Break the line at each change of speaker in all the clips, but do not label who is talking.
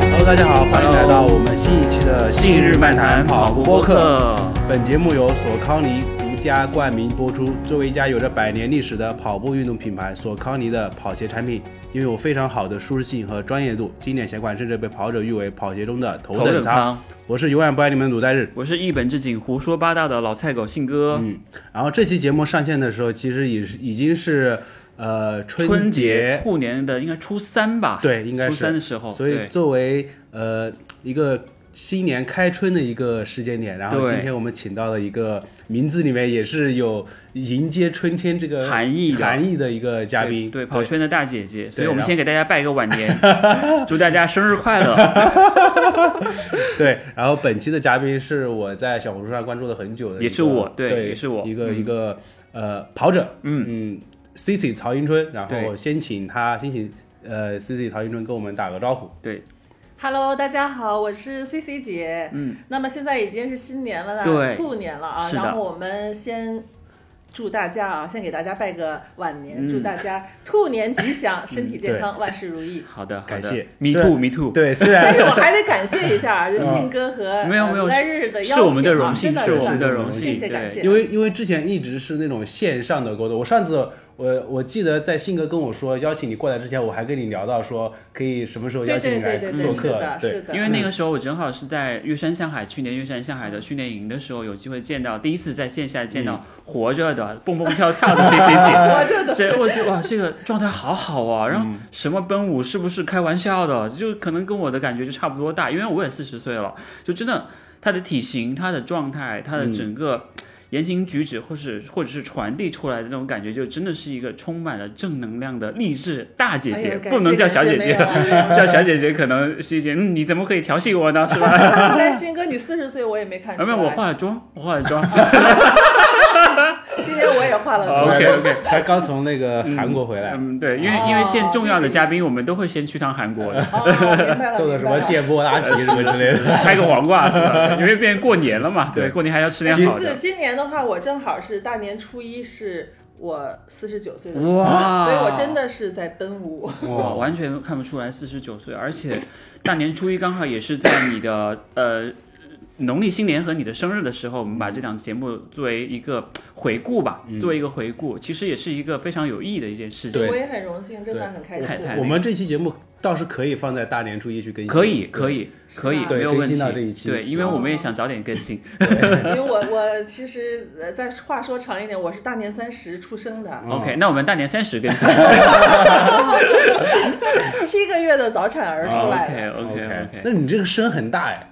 Hello，大家好，欢迎来到我们新一期的《信日漫谈跑步播客》。本节目由索康尼独家冠名播出。作为一家有着百年历史的跑步运动品牌，索康尼的跑鞋产品拥有非常好的舒适性和专业度，经典鞋款甚至被跑者誉为跑鞋中的头
头等
等舱。
舱。
我是永远不爱你们的鲁代日。
我是一本正经胡说八道的老菜狗信哥。
嗯，然后这期节目上线的时候，其实已已经是呃春
春节兔年的应该初三吧？
对，应该
初三
是。
的时候。
所以
哦对
作为呃一个新年开春的一个时间点，然后
对
今天我们请到了一个名字里面也是有迎接春天这个
含义的
含义的一个嘉宾，
对对跑圈的大姐姐，所以
对
我们
然后
先给大家拜个晚 年，祝大家生日快乐。
对，然后本期的嘉宾是我在小红书上关注了很久的一个，
也是我
对，
对也是我嗯
一个、一个呃跑者，嗯嗯，Cici 曹迎春，然后
对
先请他先请呃 Cici 曹迎春跟我们打个招呼，
对
Hello，大家好，我是 CC 姐。
嗯，
那么现在已经是新年了啦，
对
兔年了啊。
是的
然后我们先祝大家啊，先给大家拜个晚年，
嗯
祝大家兔年吉祥，身体健康，万事如意。
好的，好的
感谢
Me
虽然
too，Me too。
对，虽然
但是我还得感谢一 下啊，就信哥和
嗯没有没有
来日的邀请、啊，
是我们的荣幸
真的
是
真
我们的荣
幸
谢谢
对
感谢。
因为因为之前一直是那种线上的沟通，我上次我我记得在信哥跟我说邀请你过来之前，我还跟你聊到说可以什么时候邀
对
请
对
你来
对对
做
对，是
客
的，，是的，
因 为那个时候我正好是在乐山上海，去年乐山上海的训练营的时候，有机会见到第一次在线下见到
嗯
活着的、蹦蹦跳跳的 C C
哎我就
姐，这我觉得哇，这个状态好好啊！然后
嗯
什么奔五是不是开玩笑的？就可能跟我的感觉就差不多大，因为我也四十岁了，就真的他的体型、他的状态、他的整个。
嗯
言行举止，或是或者是传递出来的那种感觉，就真的是一个充满了正能量的励志大姐
哎
姐，
呦感
不能
谢
叫
感
小
谢
姐
没
姐
有。啊没有啊
叫小姐姐可能是一件，嗯，你怎么可以调戏我呢？是 吧？
但是信哥你四十岁，我也没看出
啊没
来。
有，我化了妆，我化了妆。
今年我也化了妆。
OK OK。
他刚从那个韩国回来，
嗯，对，因为
哦
因为见重要的嘉宾，我们都会先去趟韩国的，
哦，明白了，
做个
明
什
白
么
了。
电 波拉皮什么之类的。
拍个黄瓜是吧？因为变成过年了嘛，对，
对
过年还要吃
其
点好
实
的。
今年的话，我正好是大年初一，是我四十九岁的生日，
哇
所以我真的是在奔五。
哇，完全看不出来四十九岁，而且大年初一刚好也是在你的呃农历新年和你的生日的时候，我们把这档节目作为一个回顾吧，
嗯
作为一个回顾，其实也是一个非常有意义的一件事情。
对
我也很荣幸，真的很开心
太。太
我们这期节目倒是可以放在大年初一去更新，
可以，可以，可以，
吧
没
对
有问
更
题。
新到这一期哦
对，因为我们也想早点更新。
因为我我其实呃，再话说长一点，我是大年三十出生的，
哦
OK，那我们大年三十更新。
七个月的早产儿出来
哦
的。
OK OK OK。
那你这个声很大哎，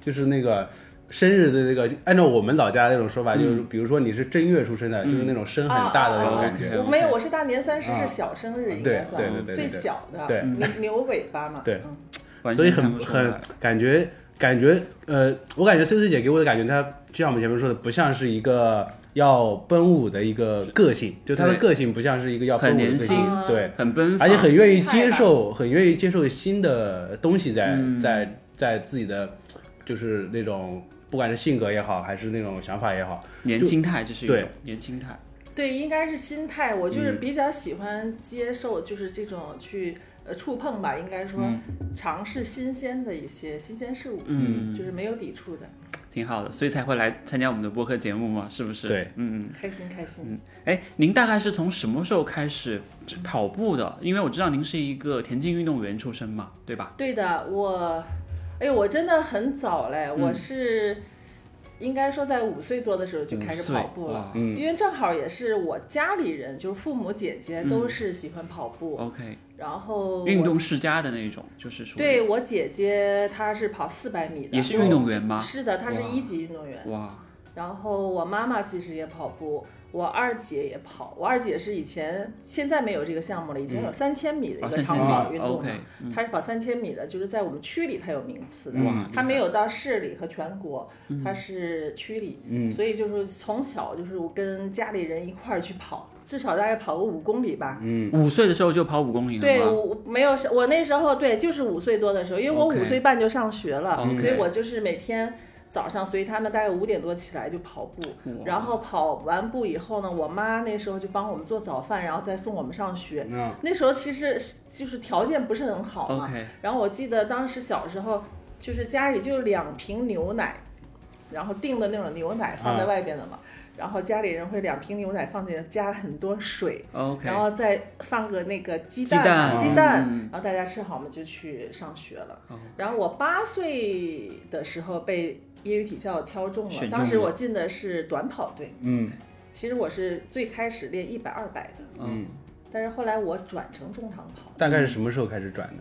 就是那个生日的那个，按照我们老家那种说法，
嗯
就是比如说你是正月出生的，就是那种声很大的那种感觉。
我
OK，OK
啊没有，我是大年三十
啊
是小生日，应
对
该算
对对对对
最小的，
对
牛牛尾巴嘛。
对
嗯
完
所以
全
很
看不出来
很感觉感觉呃，我感觉 C C 姐给我的感觉，她就像我们前面说的，不像是一个要奔五的一个个性，就她的
对
个性不像是一个要奔
很
五的
年
个性
轻，
啊
对，
很奔放，
而且很愿意
心态
接
吧
受，很愿意接受新的东西在、
嗯
在在自己的就是那种不管是性格也好，还是那种想法也好，
年轻态，这是一种
对
年轻态。
对，应该是心态。我就是
嗯
比较喜欢接受，就是这种去呃触碰吧，应该说
嗯
尝试新鲜的一些新鲜事物，
嗯
就是没有抵触的，
挺好的，所以才会来参加我们的播客节目嘛，是不是？
对，
嗯，
开心开心。
哎，您大概是从什么时候开始跑步的？因为我知道您是一个田径运动员出身嘛，对吧？
对的，我，哎呦，我真的很早嘞，
嗯
我是应该说在五岁多的时候就开
五
始
岁啊嗯
跑步了。
哇
因为正好也是我家里人，就是父母、姐姐都是喜欢跑步，
嗯 OK，
然后
嗯运
我
动世家的那种，就是属于
对我姐姐她是跑四百米的，哦
也是运动员吗？
是的，她是
哇
一级运动员。
哇，
然后我妈妈其实也跑步，我二姐也跑。我二姐是以前现在没有这个项目了，以前有三千米的一
啊，
个
三
长
千
跑
米
运动嘛
，OK，，嗯
她是跑三千米的，就是在我们区里她有名次的
哇厉害，嗯
她没有到市里和全国，她是区里，所以就是从小就是我跟家里人一块儿去跑，至少大概跑个五公里吧。
嗯，
五岁的时候就跑五公里了
对，
吗？
我没有，我那时候对，就是五岁多的时候，因为我
OK
五岁半就上学了
OK
所以我就是每天早上随他们大概五点多起来就跑步，
哇
然后跑完步以后呢，我妈那时候就帮我们做早饭，然后再送我们上学。
嗯
那时候其实是就是条件不是很好嘛
OK，
然后我记得当时小时候就是家里就两瓶牛奶，然后订的那种牛奶放在
啊
外边的嘛，然后家里人会两瓶牛奶放进去，加很多水。
OK，
然后再放个那个鸡
鸡
蛋
蛋
啊，
嗯
蛋
嗯
然后大家吃好，我们就去上学了。
哦
然后我八岁的时候被业余体校挑中了，
选中
当时
了
我进的是短跑队。
嗯
其实我是最开始练一百、二百的，
嗯，
但是后来我转成中长跑，
大概是什么时候开始转的？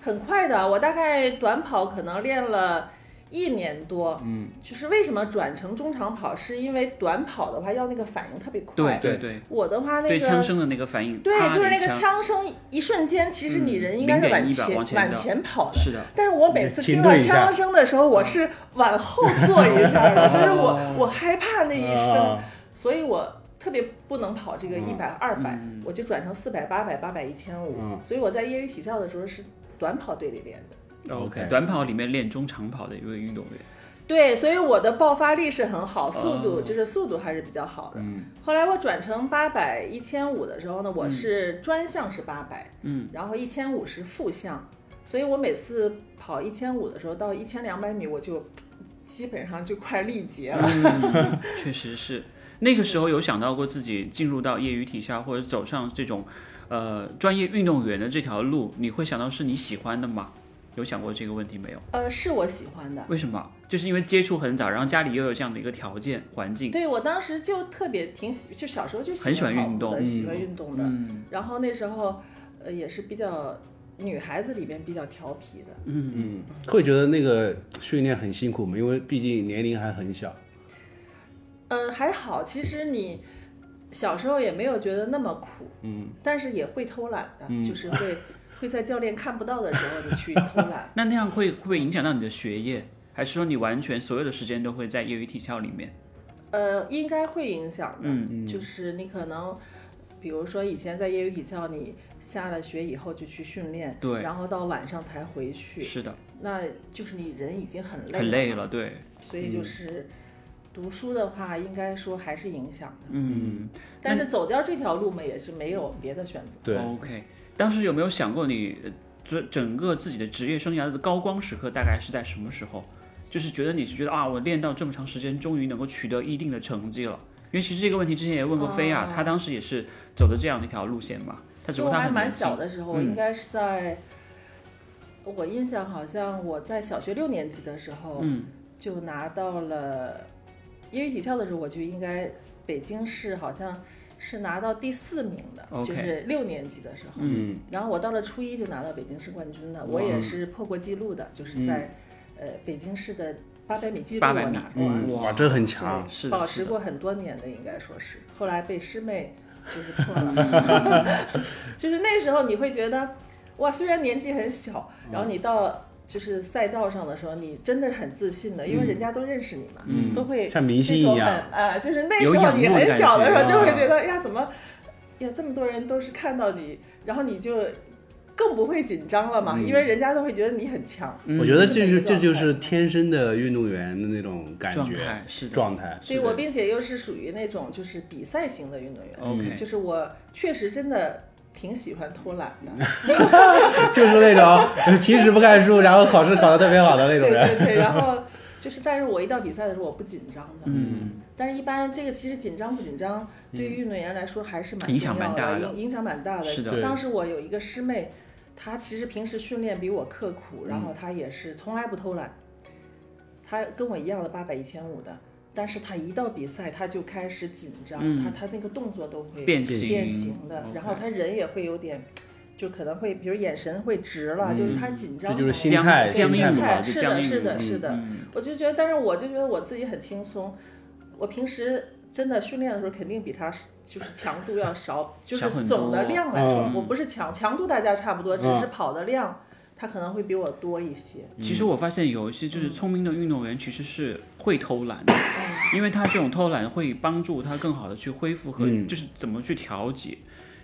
很快的。我大概短跑可能练了一年多。
嗯，
就是为什么转成中长跑，是因为短跑的话要那个反应特别快。
对
对
对，
我的话那个
对枪声的那个反应，
对，
啪
就是那
连
个
枪，嗯
枪声一瞬间，其实你人应该是
0.1
往
吧
前
往前
往
的
前跑的。
是的，
但是我每次
停
听到
顿一下
枪声的时候，我是往后坐一下的，就是
嗯哦
我我害怕那
呃
一声，
啊
所以我特别不能跑这个一百二百
嗯，
我就转成四百八百八百一千五
嗯。
所以我在业余体校的时候是短跑队里练的。
OK
短跑里面练中长跑的一位运动员，
对，所以我的爆发力是很好，速
哦
度就是速度还是比较好的。
嗯
后来我转成八百一千五的时候呢，我是专项是八百，
嗯，
然后一千五是负项，所以我每次跑一千五的时候，到一千两百米我就基本上就快力竭
嗯
了。
确实是。那个时候有想到过自己进入到业余体校或者走上这种，呃，专业运动员的这条路，你会想到是你喜欢的吗？有想过这个问题没有？
呃，是我喜欢的。
为什么？就是因为接触很早，然后家里又有这样的一个条件环境，
对我当时就特别挺喜，就小时候就
嗯很
喜
喜欢
欢跑
运
步
动
的
嗯
喜欢运动的。
嗯
然后那时候，呃，也是比较女孩子里边比较调皮的。
嗯，会觉得那个训练很辛苦吗？因为毕竟年龄还很小。
嗯，还好，其实你小时候也没有觉得那么苦，
嗯，
但是也会偷懒的，
嗯
就是 会会在教练看不到的时候你去偷懒。
那那样会会不会影响到你的学业？还是说你完全所有的时间都会在业余体校里面？
呃，应该会影响的，
嗯
就是你可能。比如说，以前在业余体校，你下了学以后就去训练，
对
然后到晚上才回去，
是的，
那就是你人已经很累
很累嗯
了，
了，对，
所以就是读书的话，应该说还是影响的。
嗯
但是走掉这条路嘛，也是没有别的选择。
对，
，OK。当时有没有想过你呃整整个自己的职业生涯的高光时刻大概是在什么时候？就是觉得你是觉得啊，我练到这么长时间，终于能够取得一定的成绩了。因为其实这个问题之前也问过菲亚，
哦
她当时也是走的这样的一条路线嘛。她只
就
不
我
过她
还
很
蛮
年轻嗯
小的时候，我应该是在，我印象好像我在小学六年级的时候，
嗯，
就拿到了，业余体校的时候，我就应该北京市好像是拿到第四名的
OK
就是六年级的时候。
嗯
然后我到了初一就拿到北京市冠军了，我也是破过记录的，就是在、呃北京市的八百米记录我
嗯
啊
800米
拿过来
嗯，
哇
哇，这很强。
是的
保
是
持
的
过很多年的，应该说是，后来被师妹就是破了， 就是那时候你会觉得，哇，虽然年纪很小，
嗯
然后你到就是赛道上的时候，你真的很自信的，因为人家都认识你嘛，
嗯
都会
像明星
这种
一样
很呃，就是那
有
时
仰
候你
慕的
很
感
小的时候
觉
就会
啊
觉得，哎呀，怎么呀，这么多人都是看到你，然后你就更不会紧张了嘛，因为人家都会觉得你很强。
嗯
我觉得这
这
就
个
这就
状态
是天生的运动员的那种感
状
觉
态是的
状态。
对
是的
我，并且又是属于那种就是比赛型的运动员，
嗯，OK，
就是我确实真的挺喜欢偷懒的，
就是那种平时不看书，然后考试考得特别好的那
对
种人。
对对，然后就是，但是我一到比赛的时候我不紧张的，
嗯，
但是一般这个其实紧张不紧张，对于运动员来说还是蛮
影响
重要
蛮大的
的，影影响蛮大的。
是的
对
当时我有一个师妹，她其实平时训练比我刻苦，然后
嗯
她也是从来不偷懒，她跟我一样的八百一千五的。但是她一到比赛，她就开始紧张，
嗯
她她那个动作都会
变形
变形的，
OK
然后他人也会有点，就可能会，比如眼神会直
嗯
了，就是他紧张
这
了，
就是心
僵
态，
僵
心态
硬
不
了，
好。
就是僵
的，
硬
是
了
的，。是的，
嗯
我就觉得，但是我就觉得我自己很轻松，我平时。真的训练的时候，肯定比他是就是强度要少，就
少很
是
多
总的量来说
嗯，
我不是强强度大家差不多，只是
嗯
跑的量他可能会比我多一些。
其实我发现有一些就是聪明的运动员其实是会偷懒的，因为他这种偷懒会帮助他更好的去恢复和
嗯
就是怎么去调节。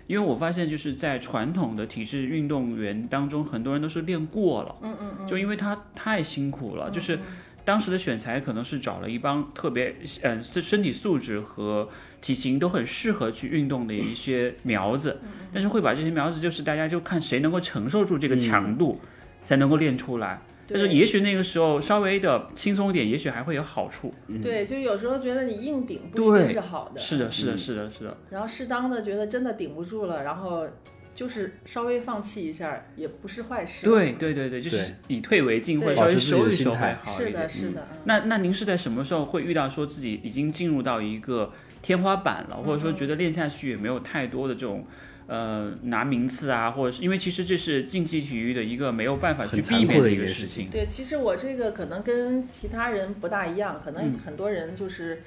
因为我发现就是在传统的体制运动员当中，很多人都是练过了，嗯嗯就因为他太辛苦了，就是当时的选材可能是找了一帮特别嗯、呃、身身体素质和体型都很适合去运动的一些苗子，但是会把这些苗子就是大家就看谁能够承受住这个强度，才能够练出来。但是
对
也许那个时候稍微的轻松一点，也许还会有好处。
对，就有时候觉得你硬顶不一定
对
是好的，
是的，
嗯
是的，是的，是的，
然后适当的觉得真的顶不住了，然后就是稍微放弃一下，也不是坏事。，
对，对，对，对，就
对
是以退为进，或
对
者稍
保
微
持自己
收
的
一收
心态
会好一
是
点。
的，是的，嗯
那那您是在什么时候会遇到说自己已经进入到一个天花板
嗯
了，或者说觉得练下去也没有太多的这种呃拿名次啊，或者是因为其实这是竞技体育的一个没有办法去
很残
避免
酷的
一
一
个
件
事
事情
情。
对，其实我这个可能跟其他人不大一样，可
嗯
能很多人就是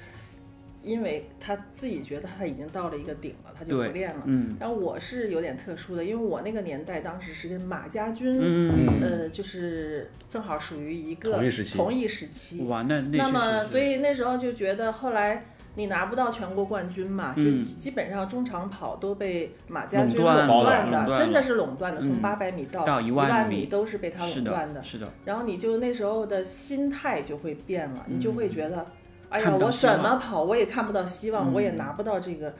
因为他自己觉得他已经到了一个顶了，他就不
对
练了。
嗯
但我是有点特殊的，因为我那个年代当时是跟马家军，
嗯嗯
呃，就是正好属于一个
同一时期
同一时期
嗯，哇，那那
那
确
么，
实是
所以那时候就觉得，后来你拿不到全国冠军嘛，就
嗯
基本上中长跑都被马家
垄
军
了
断
断
垄
的，
断了
真的是垄断的，从
嗯
八百米到
到
一
1万米
米都是被他
是
垄断的
的，。是的，
然后你就那时候的心态就会变了，你就会觉得，哎
嗯看
呀，
不到
我
希
怎
望
么跑我也看不到希
嗯
望，我也拿不到这个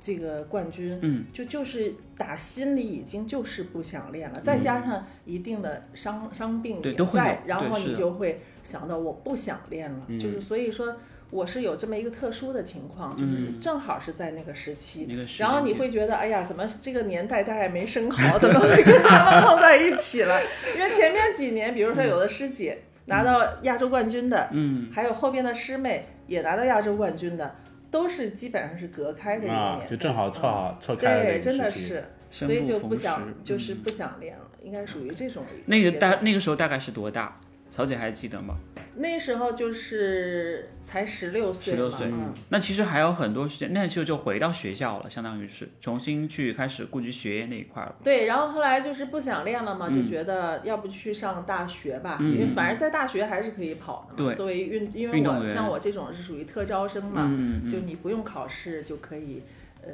这个冠军。
嗯，
就就是打心里已经就是不想练了，再加上一定的伤伤病
嗯对
也
都会有
在，然后
对是
你
的嗯
就会想到我不想练了，就是所以说我是有这么一个特殊的情况，
嗯
就是正好是在那个时期。
那个时间
然后你
点
会觉得，哎呀，怎么这个年代大概没生好，怎么会跟他们碰在一起了？因为前面几年，比如说有的师姐
嗯
拿到亚洲冠军的，
嗯，
还有后边的师妹也拿到亚洲冠军的，都是基本上是隔开的一个年
啊
代，，嗯
就正好凑好凑开了
对，
这
真
个
的
事情。
是，
生
所以
不
就
逢
不
时
想，就是
嗯
不想练了，应该属于这种
那个
阶
大
段
那个时候大概是多大？曹姐还记得吗？
那时候就是才十六岁嘛，
16岁
嗯，
那其实还有很多时间，那时候就回到学校了，相当于是重新去开始顾及学业那一块了。
对，然后后来就是不想练了嘛，
嗯
就觉得要不去上大学吧，
嗯
因为反正在大学还是可以跑的嘛。
对
作为运，因为
运动
我
员嗯
像我这种是属于特招生嘛，就你不用考试就可以，呃，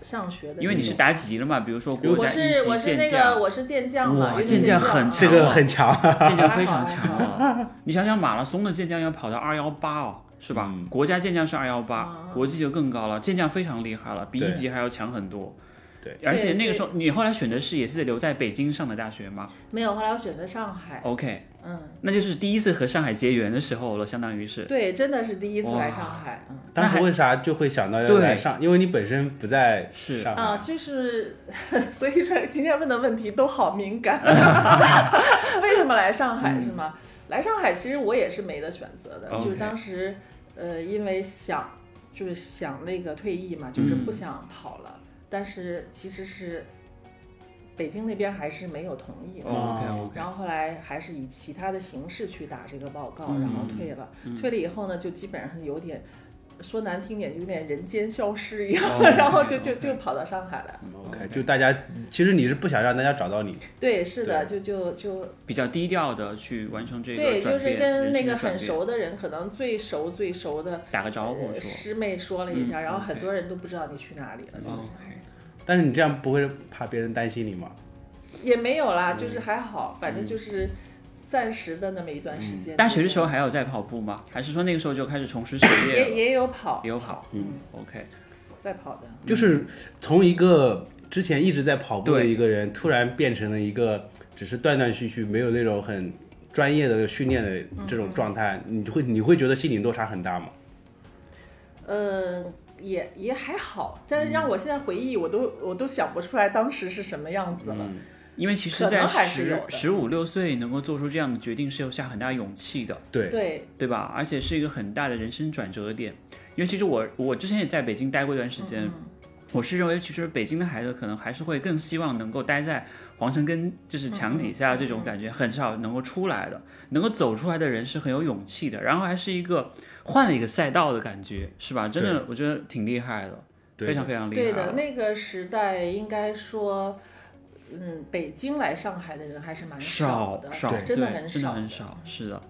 上学的这种。
因为你是达级了嘛，比如说国
我
家一
是我
级
是
健
那个
将，
我是健将嘛，
哇
因为
健将很
啊
这个很强啊，
健将非常强 了。你想想马拉松的健将要跑到二幺八哦，是吧？
嗯
国家健将是二幺
啊
八，国际就更高了，健将非常厉害了，比
对
一级还要强很多。
对，
而且
对
那个
所以
时候你后来选的是也是留在北京上的大学吗
没有，后来我选择上海，
？OK，
嗯，
那就是第一次和上海结缘的时候了，相当于是。
对，真的是第一次
哇
来上海，嗯。
当时为啥就会想到要
对
来上？因为你本身不在
是
上
啊，
海，
就是 所以说今天问的问题都好敏 感，为什么来上海是吗？来上海其实我也是没得选择的，就
嗯
是
OK
当时呃因为想就是想那个退役嘛，就是
嗯
不想跑了，但是其实是北京那边还是没有同意。
OK OK，
然后后来还是以其他的形式去打这个报告，
嗯
然后退了。退了以后呢，就基本上有点说难听点，就有点人间消失一样，
哦
然后就就
OK，OK
就跑到上海来了。
OK，就大家其实你是不想让大家找到你，
对，是的，就就就
比较低调的去完成这
对，
个
就
转
是
变，
跟
人
那
生
个
的转
很
变，
熟的人，可能最熟最熟的
打个招呼
呃
说。
师妹说了一下，
嗯
然后很
OK
多人都不知道你去哪里了，
哦
但是你这样不会怕别人担心你吗？
也没有啦，就是
嗯
还好，反正就是暂时的那么一段时间。
嗯大学的时候还有在跑步吗？还是说那个时候就开始重拾学业
也
了？
也有跑
也，有跑，嗯，OK，
在跑的。
就是从一个之前一直在跑步的
对
一个人，突然变成了一个只是断断续续，没有那种很专业的训练的这种状态，你会你会觉得心理落差很大吗？
呃，也也还好，但
嗯
是让我现在回忆，我都我都想不出来当时是什么样子了。
嗯因为其实，
可能
在
还是有
十
的
十五六岁能够做出这样的决定是要下很大勇气的，
对，
对，
对吧？而且是一个很大的人生转折点。因为其实我我之前也在北京待过一段时间，
嗯
我是认为其实北京的孩子可能还是会更希望能够待在皇城根就是
嗯
墙底下这种感觉，很少能够出来的，能够走出来的人是很有勇气的，然后还是一个换了一个赛道的感觉，是吧？真的，我觉得挺厉害的，
对
啊非常非常厉害。
对的，那个时代应该说，嗯，北京来上海的人还是蛮的，
少，
对
真的
对真的
很少
很
的
少，是的。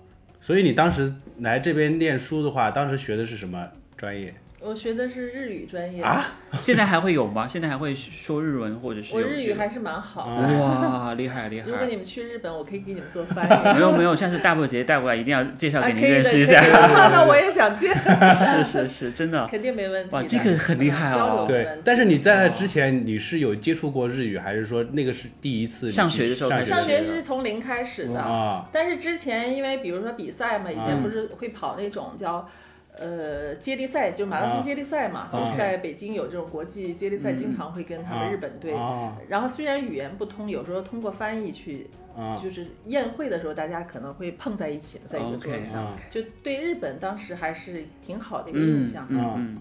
所以你当时来这边念书的话，当时学的是什么专业？
我学的是日语专业，
啊
现在还会有吗？现在还会说日文或者是
我
有
日
这
语
个
还是蛮
啊
好的。
哇，厉害厉害
如！果你们去日本，我可以给你们做翻译。
没有没有，下次大伯姐姐带过来，一定 要介绍
啊，
给
可
您
以
认
的，可
识
以
一下。
的那我也想见，
是是是，真的。
肯定没问题的。
哇这个很厉害哦
交流
对
没问，题
但是你在那之前你是有接触过日语，还是说那个是第一次你去
上学的时候开始
上
上
学
学
学是从零开始的，
啊？
但是之前因为比如说比赛嘛，以
嗯
前不是会跑那种叫。呃，接力赛就马拉
啊
松接力赛嘛，就是在北京有这种国际接力赛，经常会跟他们日本队。
嗯啊
然后虽然语言不通，有时候通过翻译去，
啊
就是宴会的时候大家可能会碰在一起，在一个桌
OK
子上，
啊！
就对日本当时还是挺好的一个印象。啊
嗯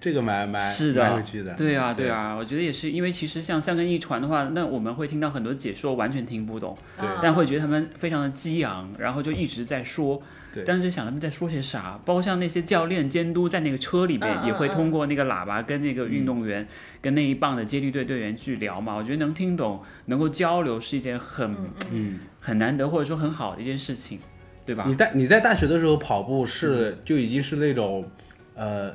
这个蛮蛮
是的
蛮有趣的
嗯，，对啊对啊，我觉得也是，因为其实像相根一传的话，那我们会听到很多解说完全听不懂，
对
啊
但会觉得他们非常的激昂，然后就一直在说。
对
但是想他们在说些啥，包括像那些教练监督在那个车里面
嗯
也会
嗯嗯
通过那个喇叭跟那个运动员、跟那一棒的接力队队员去聊嘛。我觉得能听懂、能够交流是一件很、
嗯，
很难得或者说很好的一件事情，对吧
嗯
你？在你在大学的时候跑步是就已经是那种呃，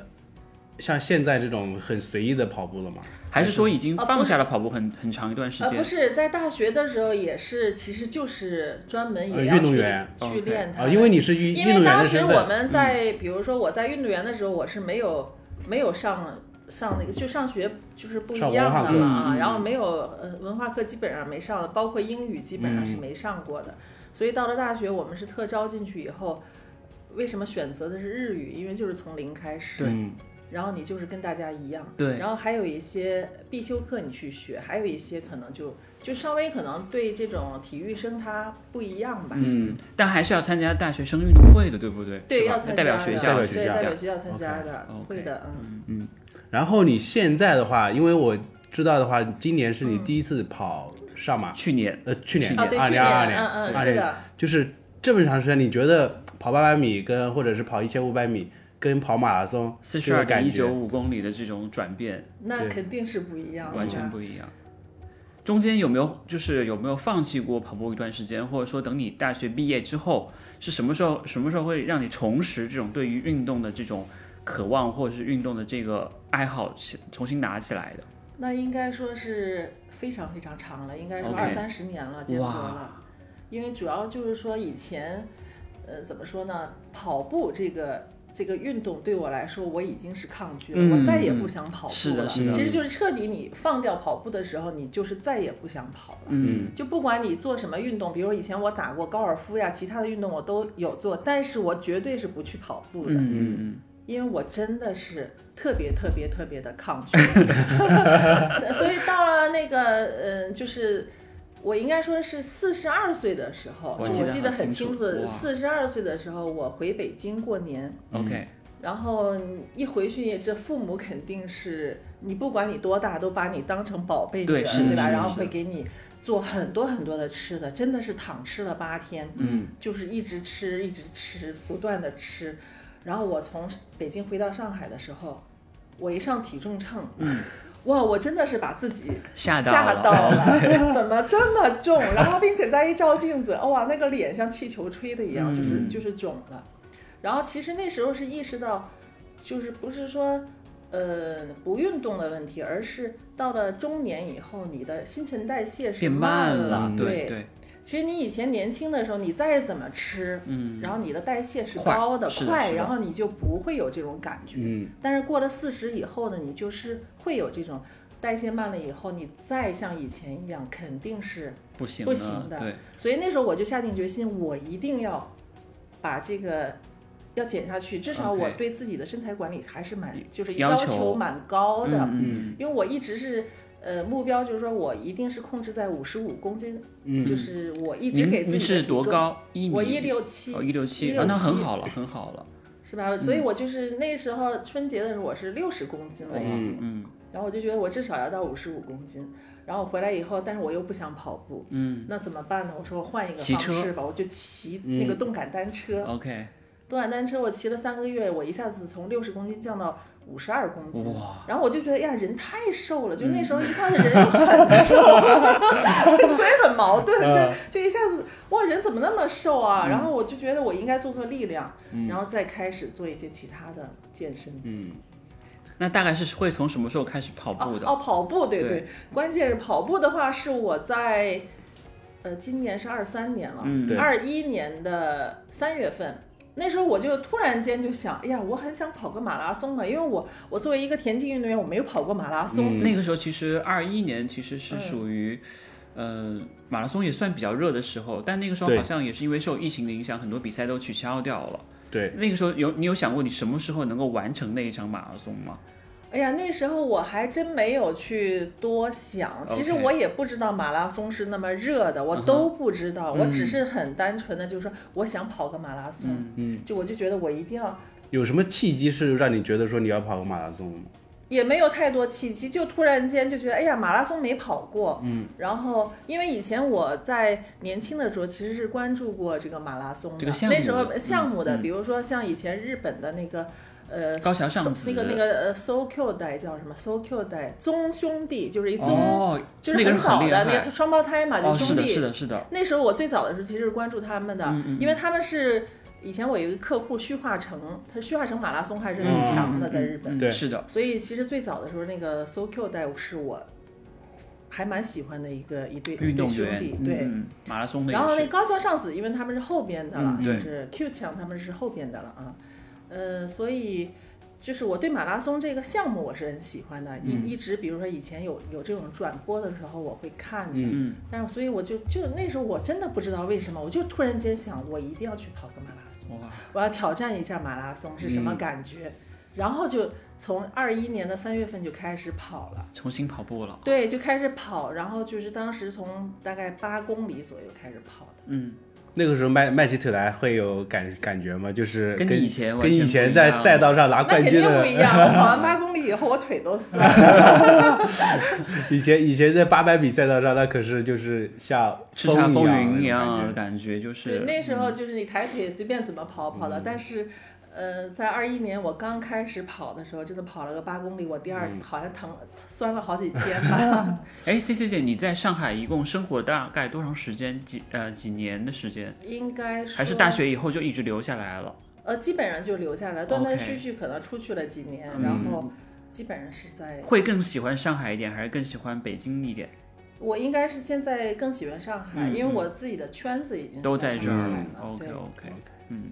像现在这种很随意的跑步了吗？
还是说已经
啊不
放下了跑步很很长一段时
呃，
间
不？是在大学的时候也是，其实就是专门
呃
也要
运动
去
员
，OK
去练它
啊，
的
因为你是运运动
因为
员
当
的身
时
份，嗯
我们在，比如说我在运动员的时候，我是没有没有上上那个就上学就是不一
上
样
文化
的
课
了啊
嗯嗯，
然后没有呃文化课基本上没上的，包括英语基本上
嗯
是没上过的，所以到了大学我们是特招进去以后。为什么选择的是日语？因为就是从零开始，
嗯
然后你就是跟大家一样，
对
然后还有一些必修课你去学，还有一些可能就就稍微可能对这种体育生他不一样吧，
嗯，但还是要参加大学生运动会的，对不对？
对，
是吧
要参加的
代表学校
代表学
去
对，
校
代
参加
表学校参加的
OK，
会的，嗯，
然后你现在的话，因为我知道的话，今年是你第一次跑上马，
去年
呃，去年
去
啊，
年
嗯对，
二
去
零
年，
二二年，
嗯嗯，
二
是
零
的，
就是这么长时间，你觉得跑八百米跟或者是跑一千五百米跟跑马拉松
四
这
十
个
二点
感
一
觉
九五公里的这种转变，
那
对
肯定是不一样的，
完全不一样。中间有没有就是有没有放弃过跑步一段时间，或者说等你大学毕业之后，是什么时候什么时候会让你重拾这种对于运动的这种渴望，或者是运动的这个爱好是重新拿起来的？
那应该说是非常非常长了，应该是
OK
二三十年了，间隔
哇
了。因为主要就是说以前，呃，怎么说呢？跑步这个这个运动对我来说，我已经是抗拒了，
嗯
我再也不想跑步了。
是的是的
其实就是彻底你放掉跑步的时候，你就是再也不想跑了。
嗯，
就不管你做什么运动，比如以前我打过高尔夫呀，其他的运动我都有做，但是我绝对是不去跑步的。
嗯嗯嗯，
因为我真的是特别特别特别的 抗拒，所以到了那个嗯，就是我应该说是四十二岁的时候，
我
就
记得
我记得很清楚的，
哇
四十二岁的时候我回北京过年，
嗯 OK，
然后一回去，这父母肯定是你不管你多大，都把你当成宝贝女
对
儿，
是
对吧？
是
然后
是
会给你做很多很多的吃的，真的是躺吃了八天，
嗯，
就是一直吃，一直吃，不断的吃。然后我从北京回到上海的时候，我一上体重秤，嗯。哇，我真的是把自己
吓到了
吓到 了，怎么这么重？然后，并且再一照镜子，哇，那个脸像气球吹的一样，就是
嗯
就是肿了。然后其实那时候是意识到，就是不是说呃不运动的问题，而是到了中年以后，你的新陈代谢是
变慢
了。
了，对对，
其实你以前年轻的时候，你再怎么吃，
嗯，
然后你的代谢是
快
高的
是的
快，
是的
然后你就不会有这种感觉。
嗯
但是过了四十以后呢，你就是会有这种。代谢慢了以后，你再像以前一样，肯定是。
不行
不
了
行的
对，
所以那时候我就下定决心，我一定要把这个要减下去。至少我
OK
对自己的身材管理还是蛮，就是
要
要
求
求蛮高的。
嗯
因为我一直是呃目标就是说我一定是控制在五十五公斤，
嗯
就
嗯
是我一直
您
给自己
您
的
是
体
多
重？
高？一米
我一六七
哦，一六七，
167
啊那嗯很好了，很好了，
是吧？所以我就是那时候春节的时候我是六十公斤了已经，
嗯
然后我就觉得我至少要到五十五公斤。然后我回来以后，但是我又不想跑步，
嗯
那怎么办呢？我说我换一个
骑
方
车
式吧，我就骑
嗯
那个动感单车。
，OK，
动感单车我骑了三个月，我一下子从六十公斤降到五十二公斤，
哇，
然后我就觉得哎呀，人太瘦了，就那时候一下子人又很瘦， 所以很矛盾，就就一下子哇，人怎么那么瘦啊？然后我就觉得我应该做做力量，然后再开始做一些其他的健身。
那大概是会从什么时候开始跑步的？
哦，跑步，对
对
关键是跑步的话是我在，呃，今年是二三年了，
嗯，
对
二一、年的三月份。那时候我就突然间就想，哎呀，我很想跑个马拉松嘛，因为我我作为一个田径运动员，我没有跑过马拉松，
嗯
那个时候其实二一年其实是
嗯
属于，呃，马拉松也算比较热的时候，但那个时候
对
好像也是因为受疫情的影响，很多比赛都取消掉了。
对，
那个时候有你有想过你什么时候能够完成那一场马拉松吗？
哎呀，那时候我还真没有去多想，其实
OK 嗯
我也不知道马拉松是那么热的，我都不知道，我只是很单纯的就是说我想跑个马拉松，
嗯
就我就觉得我一定要，
有什么契机是让你觉得说你要跑个马拉松吗？
也没有太多契机，就突然间就觉得哎呀，马拉松没跑过，嗯，然后因为以前我在年轻的时候其实是关注过这个马拉松的，
这个项目
那时候
嗯
项目的，
嗯
比如说像以前日本的那个。呃，
高桥尚
松
子
那个那个呃，So Q 代叫什么？So Q 代宗兄弟就是一宗
哦，
就是
那个
很
人
早
很厉
的，
害
那个双胞胎嘛，就
哦，是
兄
的，嗯
弟。
是的，是的，
那时候我最早的时候其实是关注他们的，因为他们是以前我有一个客户虚化成，他虚化成马拉松还是很强的，在日本。
嗯
对
是的，
所以其实最早的时候，那个 So Q 带是我还蛮喜欢的一个一对
运动
一对兄
员
弟，，对。
嗯，马拉松的也
然后那
是，
高桥尚子，因为他们是后边的了，
嗯
就
对
是 Q 强他们是后边的了啊，呃，所以就是我对马拉松这个项目我是很喜欢的，
嗯
一、一直比如说以前有有这种转播的时候我会看的，
嗯，
但是所以我就就那时候我真的不知道为什么，我就突然间想我一定要去跑个马拉松，
哇，
我要挑战一下马拉松是什
嗯
么感觉，然后就从二一年的三月份就开始跑了。
重新跑步了，
对，就开始跑，然后就是当时从大概八公里左右开始跑的。
嗯，
那个时候迈迈起腿来会有感感觉吗？就是
跟
跟
你以前完
跟
全
以
不
前
一
在
样
赛道
啊
上拿
那
冠
肯
军
定不 一
的，
样，我跑完八公里以后，我腿都酸了。
以前以前在八百米赛道上，那可是就是像
叱咤
风
风云一
那种
样的
感觉。
感觉，就
对，
是嗯
那时候就是你抬腿随便怎么跑跑的，但是，呃，在二一年我刚开始跑的时候，真的跑了个八公里，我第二
嗯
好像疼酸了好几天 吧。
哎，C C 姐，你在上海一共生活大概多长时间？几呃几年的时间？
应该说
还是大，学以后就一直留下来了？
呃，基本上就留下来，断断
OK
续续可能出去了几年，
嗯
然后基本上是在。
会更喜欢上海一点，还是更喜欢北京一点？
我应该是现在更喜欢上海，
嗯
因为我自己的圈子已经
都
在
在这
上
嗯
儿
海了。
OK
对，
OK，嗯，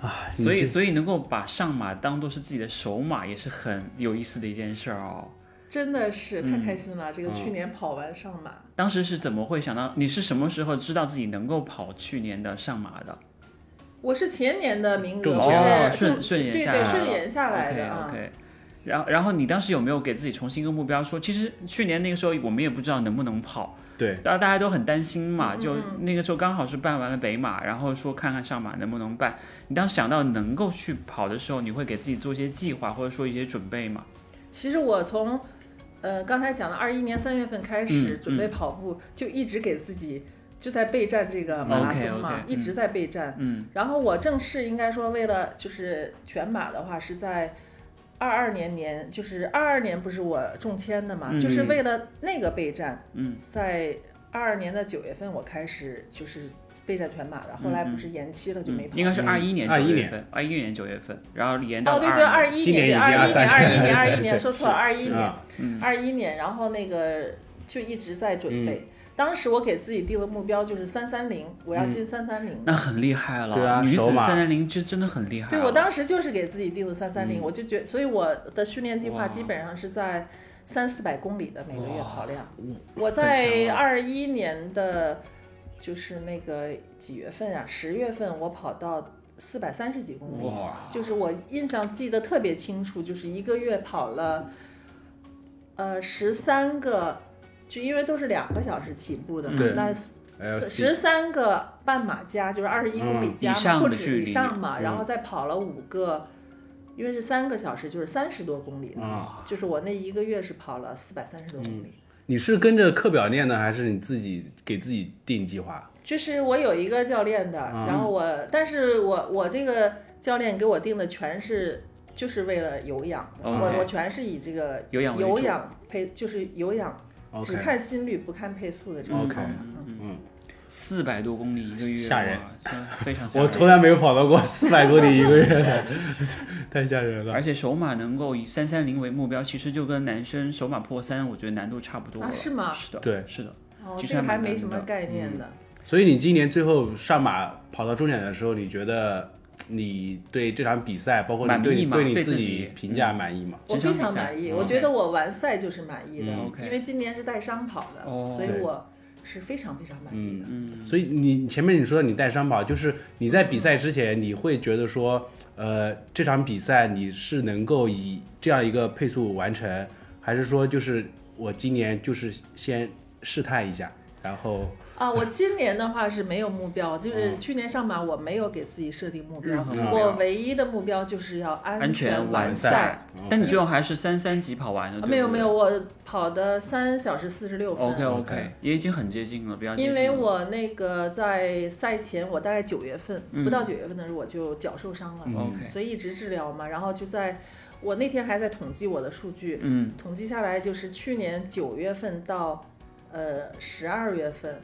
啊
所
你
以
这
所以能够把上马当做是自己的首马，也是很有意思的一件事儿哦。
真的是太开心了。这个
嗯
去年跑完上马，
当时是怎么会想到？你是什么时候知道自己能够跑去年的上马的？
我是前年的名额，
中
我
签
哦
是
顺
中
顺延
对
下
对
来
顺
了
延下来的啊。
OK OK。然后然后你当时有没有给自己重新一个目标说？其实去年那个时候我们也不知道能不能跑，
对
大大家都很担心嘛。就
嗯
那个时候刚好是办完了北马，然后说看看上马能不能办。你当时想到能够去跑的时候，你会给自己做一些计划或者说一些准备吗？
其实我从，呃，刚才讲的二一年三月份开始
嗯
准备跑步，就一直给自己就在备战这个马拉松嘛
OK，OK，
一直在备战。
嗯，
然后我正式应该说为了就是全马的话是在。二二年年就是二二年不是我中签的嘛，
嗯
就是为了那个备战，
嗯，
在二二年的九月份我开始就是备战全马的，后来不是延期了就没跑。
嗯应该是二一年
21
九月
嗯年
份，二一年九月份，然后延到
哦，对对，
二
二一
今年已
年，
经
二一年，二一
23
年，二一
对
年，说错了，二一年，
啊，
二一年，然后那个就一直在准备。当时我给自己定的目标就是三三零，我要进三三零。
那很厉害了。
对啊
女子
首马
三三零真真的很厉害了。
对我当时就是给自己定的三三零，我就觉，所以我的训练计划基本上是在三四百公里的每个月跑量。我在二一年的，就是那个几月份啊？十月份我跑到四百三十几公里。
哇，
就是我印象记得特别清楚，就是一个月跑了，呃，十三个，就因为都是两个小时起步的嘛
对，
那
，LC
十三个半马加就是二十一公里
嗯
加
以
嘛，
上的
或者
距
以
离
上嘛，
嗯
然后再跑了五个，因为是三个小时，就是三十多公里的，
啊，
就是我那一个月是跑了四百三十多公里。
嗯
你是跟着课表练的，还是你自己给自己定计划？
就是我有一个教练的，
啊
然后我，但是我我这个教练给我定的全是就是为了有氧的，
哦 OK
我我全是以这个
有氧为主
有氧配就是有氧，
OK，
只看心率不看配速的这种
OK
方法。
嗯，
四百多公里一个月，
吓人
哇，真的 非常吓
我
人。
从来没有跑到过四百公里一个月的， 太吓人了。
而且首马能够以三三零为目标，其实就跟男生首马破三，我觉得难度差不多了。
啊是吗
是的，
对，
是的。
哦，
其实
这个
还
还
蛮难
没什么
的嗯
概念的。
所以你今年最后上马跑到终点的时候，你觉得你对这场比赛，包括你
满
对
意
你
吗
对你
对
自
自
己
己
评价满意吗？
我
职场
非
比
常
赛
满意，
嗯
我
OK
觉得我完赛就是满意的，
嗯
，OK
因为今年是带伤跑的，
哦嗯
所以
对
我是非常非常满意的。
所以你前面你说你带伤跑，就是你在比赛之前，你会觉得说，呃，这场比赛你是能够以这样一个配速完成，还是说就是我今年就是先试探一下，然后
啊，我今年的话是没有目标，
哦
就是去年上马我没有给自己设定目标，
任何目标
我唯一的目标就是要
嗯安
安
全
完
完
赛？
但你
OK
最后还是三三级跑完了，对
啊
不对
没有没有，我跑的三小时四十六分。
OK
OK
OK，也已经很接近了，比较接近
因
了。
为我那个在赛前，我大概九月份、不到九月份的时候我就脚受伤了，
嗯
OK，
所以一直治疗嘛。然后就在我那天还在统计我的数据，
嗯，
统计下来就是去年九月份到呃十二月份，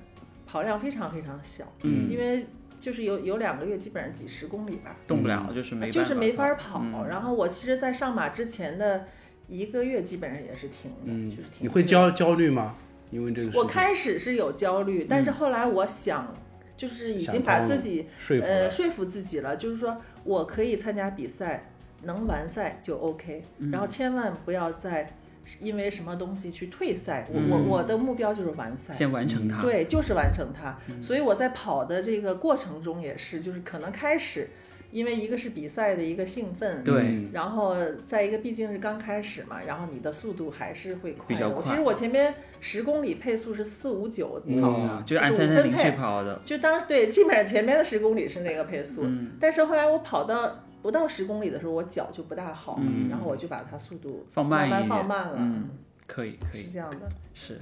跑量非常非常小，
嗯
因为就是有有两个月基本上几十公里吧，
动不了，就是没办
就是没法
法
跑。
嗯
然后我其实，在上马之前的一个月基本上也是停的，
嗯
就是停。
你会？焦焦虑吗？因为这个事情嗯
我开始是有焦虑，但是后来我想，就是已
想
经把
通
自
了
己
说服
呃
了，
说服自己了，就是说我可以参加比赛，能完赛就 OK，、然
嗯
后千万不要再因为什么东西去退赛。我、
嗯
我我的目标就是完赛。
先完成它。
对，就是完成它。
嗯
所以我在跑的这个过程中也是，就是可能开始，因为一个是比赛的一个兴奋，
对
嗯
然后再一个毕竟是刚开始嘛，然后你的速度还是会快的。
比较
我其
快
实我前面十公里配速是四五九跑的，
嗯，就是按
我
三三
分
零
配
去跑的。
就当时对，基本上前面的十公里是那个配速，
嗯
但是后来我跑到不到十公里的时候，我脚就不大好，
嗯
然后我就把它速度
放慢一
慢
点
放慢了，
嗯可以可以
是。这样的。
是。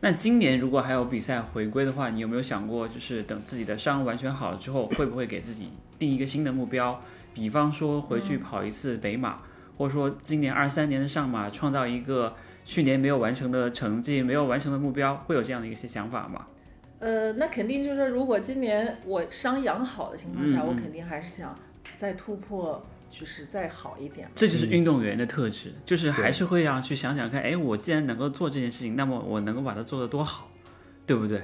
那今年如果还有比赛回归的话，你有没有想过，就是等自己的伤完全好了之后，会不会给自己定一个新的目标？比方说回
嗯
去跑一次北马，或者说今年二三年的上马，创造一个去年没有完成的成绩、没有完成的目标，会有这样的一些想法吗？
呃，那肯定就是如果今年我伤养好的情况下，
嗯嗯
我肯定还是想再突破，就是再好一点。
这就是运动员的特质，就是还是会要去想想看，哎，我既然能够做这件事情，那么我能够把它做得多好，对不对？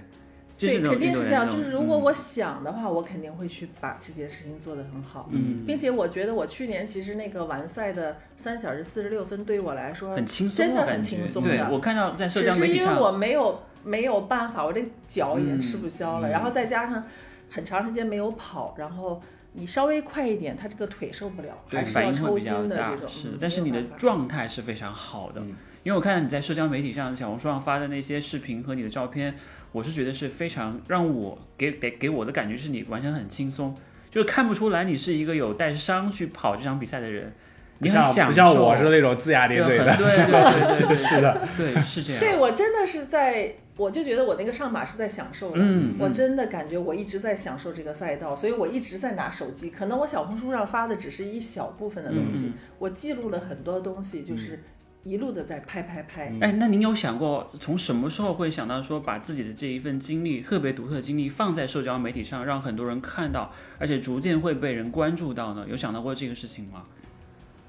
就是
对，
那种
肯定
运动员
是这样。
那
就
种嗯
是如果我想的话，我肯定会去把这件事情做得很好。
嗯
并且我觉得我去年其实那个完赛的三小时四十六分，对于我来说
很轻松
真
啊，
的
感
很
觉
轻松
对
的
我看到在社
只
交
是
媒体
因为
上，
我没有没有办法，我这脚也
嗯
吃不消了，然后再加上很长时间没有跑，然后你稍微快一点，他这个腿受不了，
对
还是
反
要
应会
抽
比较
筋的
大
这，种。
是
嗯，
但是你的
没有办法
状态是非常好的
嗯，
因为我看到你在社交媒体上、小红书上发的那些视频和你的照片，我是觉得是非常让我给给给我的感觉是你完全很轻松，就是看不出来你是一个有带伤去跑这场比赛的人，你很
像
享
不
受，
像我是那种龇牙
对，
咧
很
嘴
对
的，
对 对对
是的，
对对，是这样，
对我真的是在，我就觉得我那个上马是在享受的。
嗯，
我
嗯
真的感觉我一直在享受这个赛道，所以我一直在拿手机。可能我小红书上发的只是一小部分的东西，
嗯
我记录了很多东西，就是一路的在拍拍拍。
哎，那您有想过从什么时候会想到说把自己的这一份经历，特别独特的经历放在社交媒体上，让很多人看到，而且逐渐会被人关注到呢？有想到过这个事情吗？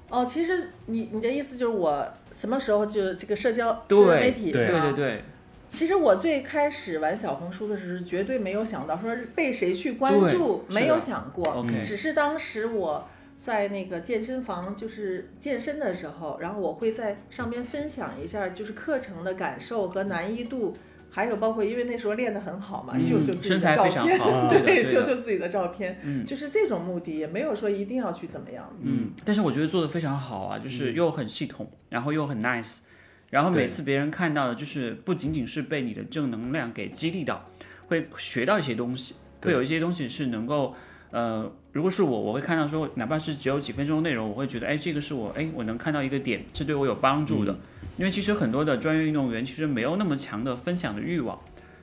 哦，其实你你的意思就是我什么时候就这个社交
对
社交媒体
对
对
啊
对对，
其实我最开始玩小红书的时候，绝对没有想到说被谁去关
对
注，
是的
没有想过。
OK
只是当时我在那个健身房就是健身的时候，然后我会在上面分享一下就是课程的感受和难易度，还有包括因为那时候练得很好嘛，
嗯
秀秀自己
身
的
材
照
非常
片，
好，
对
的
对，
对
秀
的，
秀自己的照片，
嗯
就是这种目的，也没有说一定要去怎么样。
嗯，但是我觉得做的非常好啊，就是又很系统，然后又很 nice，然后每
嗯对
次别人看到的，就是不仅仅是被你的正能量给激励到，会学到一些东西，会
对
有一些东西是能够，呃，如果是我，我会看到说，哪怕是只有几分钟的内容，我会觉得，哎，这个是我，哎，我能看到一个点，是对我有帮助
嗯
的，因为其实很多的专业运动员其实没有那么强的分享的欲望，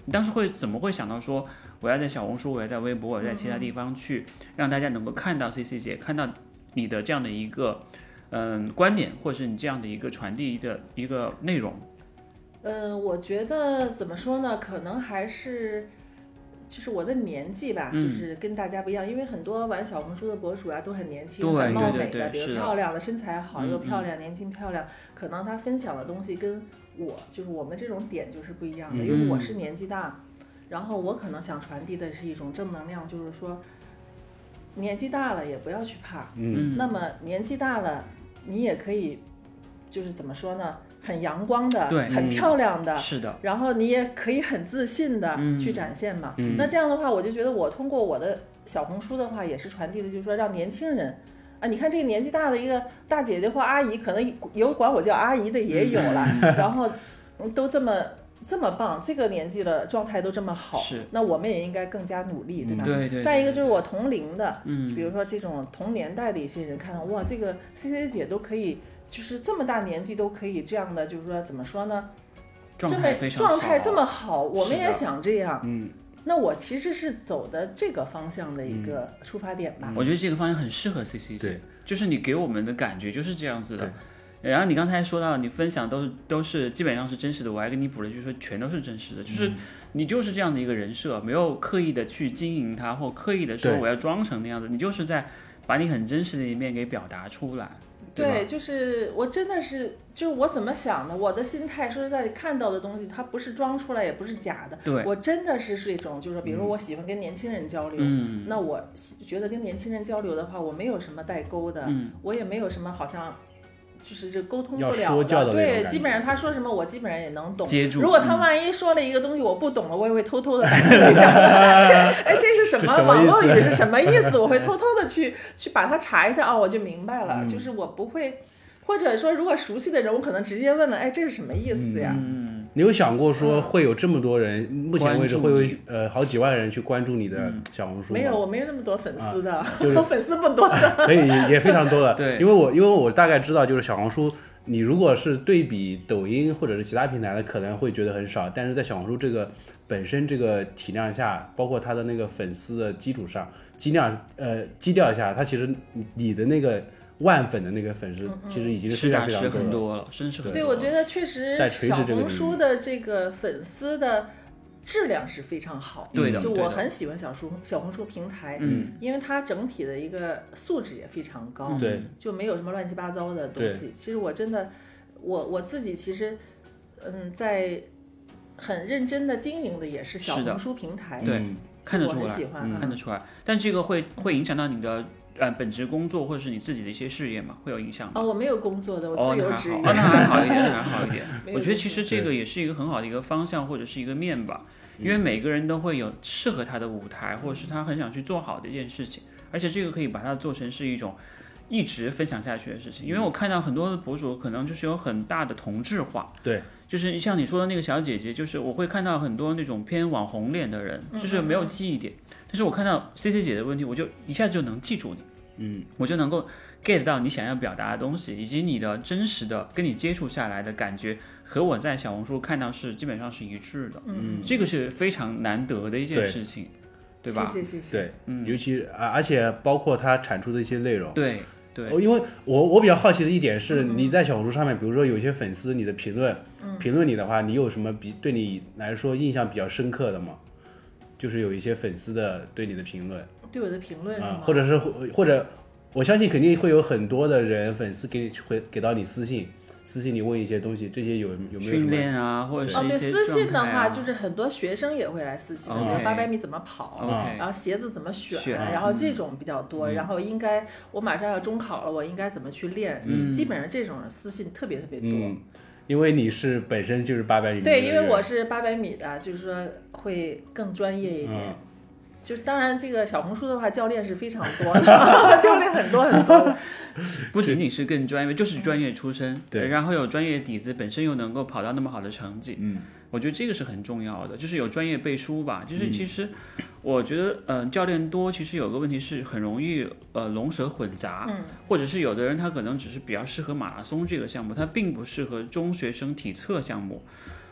你当时会怎么会想到说？我要在小红书，我要在微博，我要在其他地方去
嗯
让大家能够看到 CC 姐，看到你的这样的一个嗯观点，或者是你这样的一个传递的一个内容。
嗯，我觉得怎么说呢？可能还是就是我的年纪吧，
嗯
就是跟大家不一样，因为很多玩小红书的博主啊，都很年轻，
对
很貌
对
美
对对
比
是
如
的
漂亮的，身材好
嗯
又漂亮，年轻漂亮，可能他分享的东西跟我就是我们这种点就是不一样的，
嗯
因为我是年纪大，然后我可能想传递的是一种正能量，就是说年纪大了也不要去怕，
嗯
嗯，
那么年纪大了，你也可以，就是怎么说呢，很阳光的，
对
嗯
很漂亮的，
是的，
然后你也可以很自信的
嗯
去展现嘛。
嗯
那这样的话，我就觉得我通过我的小红书的话，也是传递的，就是说让年轻人。啊，你看这个年纪大的一个大姐姐或阿姨，可能有管我叫阿姨的也有 了，然后嗯都这么这么棒，这个年纪了状态都这么好，
是嗯
那我们也应该更加努力，对吧？
对对对。
再一个就是我同龄的，
嗯
比如说这种同年代的一些人看到，哇，这个 C C 姐都可以，就是这么大年纪都可以这样的，就是说怎么说呢？
状
真
态
的
非常
状态
好
这么好，我
是
们
的
也想这样。
嗯
那我其实是走的这个方向的
嗯
一个出发点吧。
我觉得这个方向很适合 C C
对
姐，就是你给我们的感觉就是这样子的。然后你刚才说到你分享都是都是基本上是真实的，我还给你补了一句说全都是真
嗯
实的，就是你就是这样的一个人设，没有刻意的去经营它，或刻意的说
对
我要装成那样子，你就是在把你很真实的一面给表达出来。
对，就是我真的是，就是我怎么想的，我的心态，说实在，看到的东西它不是装出来，也不是假的。
对
我真的是是一种，就是说比如说我喜欢跟年轻人交流，
嗯
那我喜觉得跟年轻人交流的话，我没有什么代沟的，
嗯
我也没有什么好像就是这沟通不
要
了
说教的那种
对，
感觉嗯
基本上他说什么我基本上也能懂。
接住。
如果他万一说了一个东西我不懂了，我也会偷 偷的百度一下，哎，这是什么
这什么
网络
意思
语是什么意思？我会偷偷的去去把它查一下，哦，我就明白了，
嗯
就是我不会。或者说，如果熟悉的人，我可能直接问了，哎，这是什么意思呀？
嗯，
你有想过说会有这么多人，目前为止
关注
会
嗯
有呃好几万人去关注你的小红书吗？
嗯没 有，我没有那么多粉丝的，
嗯啊 就是嗯
我粉丝不多的。
所以也非常多的。
对
因为我因为我大概知道，呃就是小红书，你如果是对比抖音或者是其他平台的，可能会觉得很少，但是在小红书这个本身这个体量下，包括它的那个粉丝的基础上，基量呃基调下，它其实你你的那个万粉的那个粉丝
嗯
其实已经
实
是非常
打
非
实
常
很
多了。
多了，真是很多。
对，我觉得确实
在垂直
小
这个
红
领域
书的这个粉丝的质量是非常好
对的
就
对
我
的
很喜欢小书小红书平台，
嗯
因为它整体的一个素质也非常高，
嗯
对
就没有什么乱七八糟的东西。其实我真的，我我自己其实，嗯，在很认真的经营的也是小
是的
红书平台，
对
嗯
看得
我
出
很
来
喜。欢
嗯
啊
看得出来，但这个会会影响到你的呃本职工作或者是你自己的一些事业嘛，会有影响吗
哦，？我没有工作的，我
哦，
自
那
由
还
职
好，
业。
哦，那还好 一点，那还好一点
没。有
我觉得其实这个也是一个很好的一个方向或者是一个面吧，因
嗯
为每个人都会有适合他的舞台，或者是他很想去做好的一件事情，而且这个可以把它做成是一种。一直分享下去的事情，因为
嗯
我看到很多的博主可能就是有很大的同质化，
对，
就是像你说的那个小姐姐，就是我会看到很多那种偏网红脸的人，
嗯
就是没有记忆点，但是我看到 C C 姐的问题，我就一下子就能记住你，嗯，我就能够 get 到你想要表达的东西，以及你的真实的跟你接触下来的感觉，和我在小红书看到是基本上是一致的。嗯，这个是非常难得的一件
对
事情，对吧？
谢谢谢谢。
对，
嗯
尤其啊，而且包括它产出的一些内容。
对对
哦因为我我比较好奇的一点是，
嗯
你在小红书上面，比如说有一些粉丝你的评论，评论你的话，你有什么比对你来说印象比较深刻的吗？就是有一些粉丝的对你的评论
对我的评
嗯
论是
啊
吗，？
或者是或者我相信肯定会有很多的人粉丝给你回给到你私信，私信你问一些东西，这些有有没有什
训
么？
练啊，或者
哦，
是一
对，
些、啊
私信的话，就是是很多学生也会来私信，比
OK
如说八百米怎么跑，
OK，、
然后鞋子怎么选，
选嗯
然后这种比较多。然后应该我马上要中考了，我应该怎么去练？
嗯
基本上这种私信特别特别多。
嗯，因为你是本身就是八百米
对，
的
因为
人
我是八百米的，就是说会更专业一点。
嗯
就是当然，这个小红书的话，教练是非常多的， 教练很多很多 的。
不仅仅是更专业，就是专业出身，
对
然后有专业底子，本身又能够跑到那么好的成绩，
嗯，
我觉得这个是很重要的，就是有专业背书吧。就是其实我觉得，嗯、教练多其实有个问题是很容易呃龙蛇混杂，
嗯，
或者是有的人他可能只是比较适合马拉松这个项目，他并不适合中学生体测项目。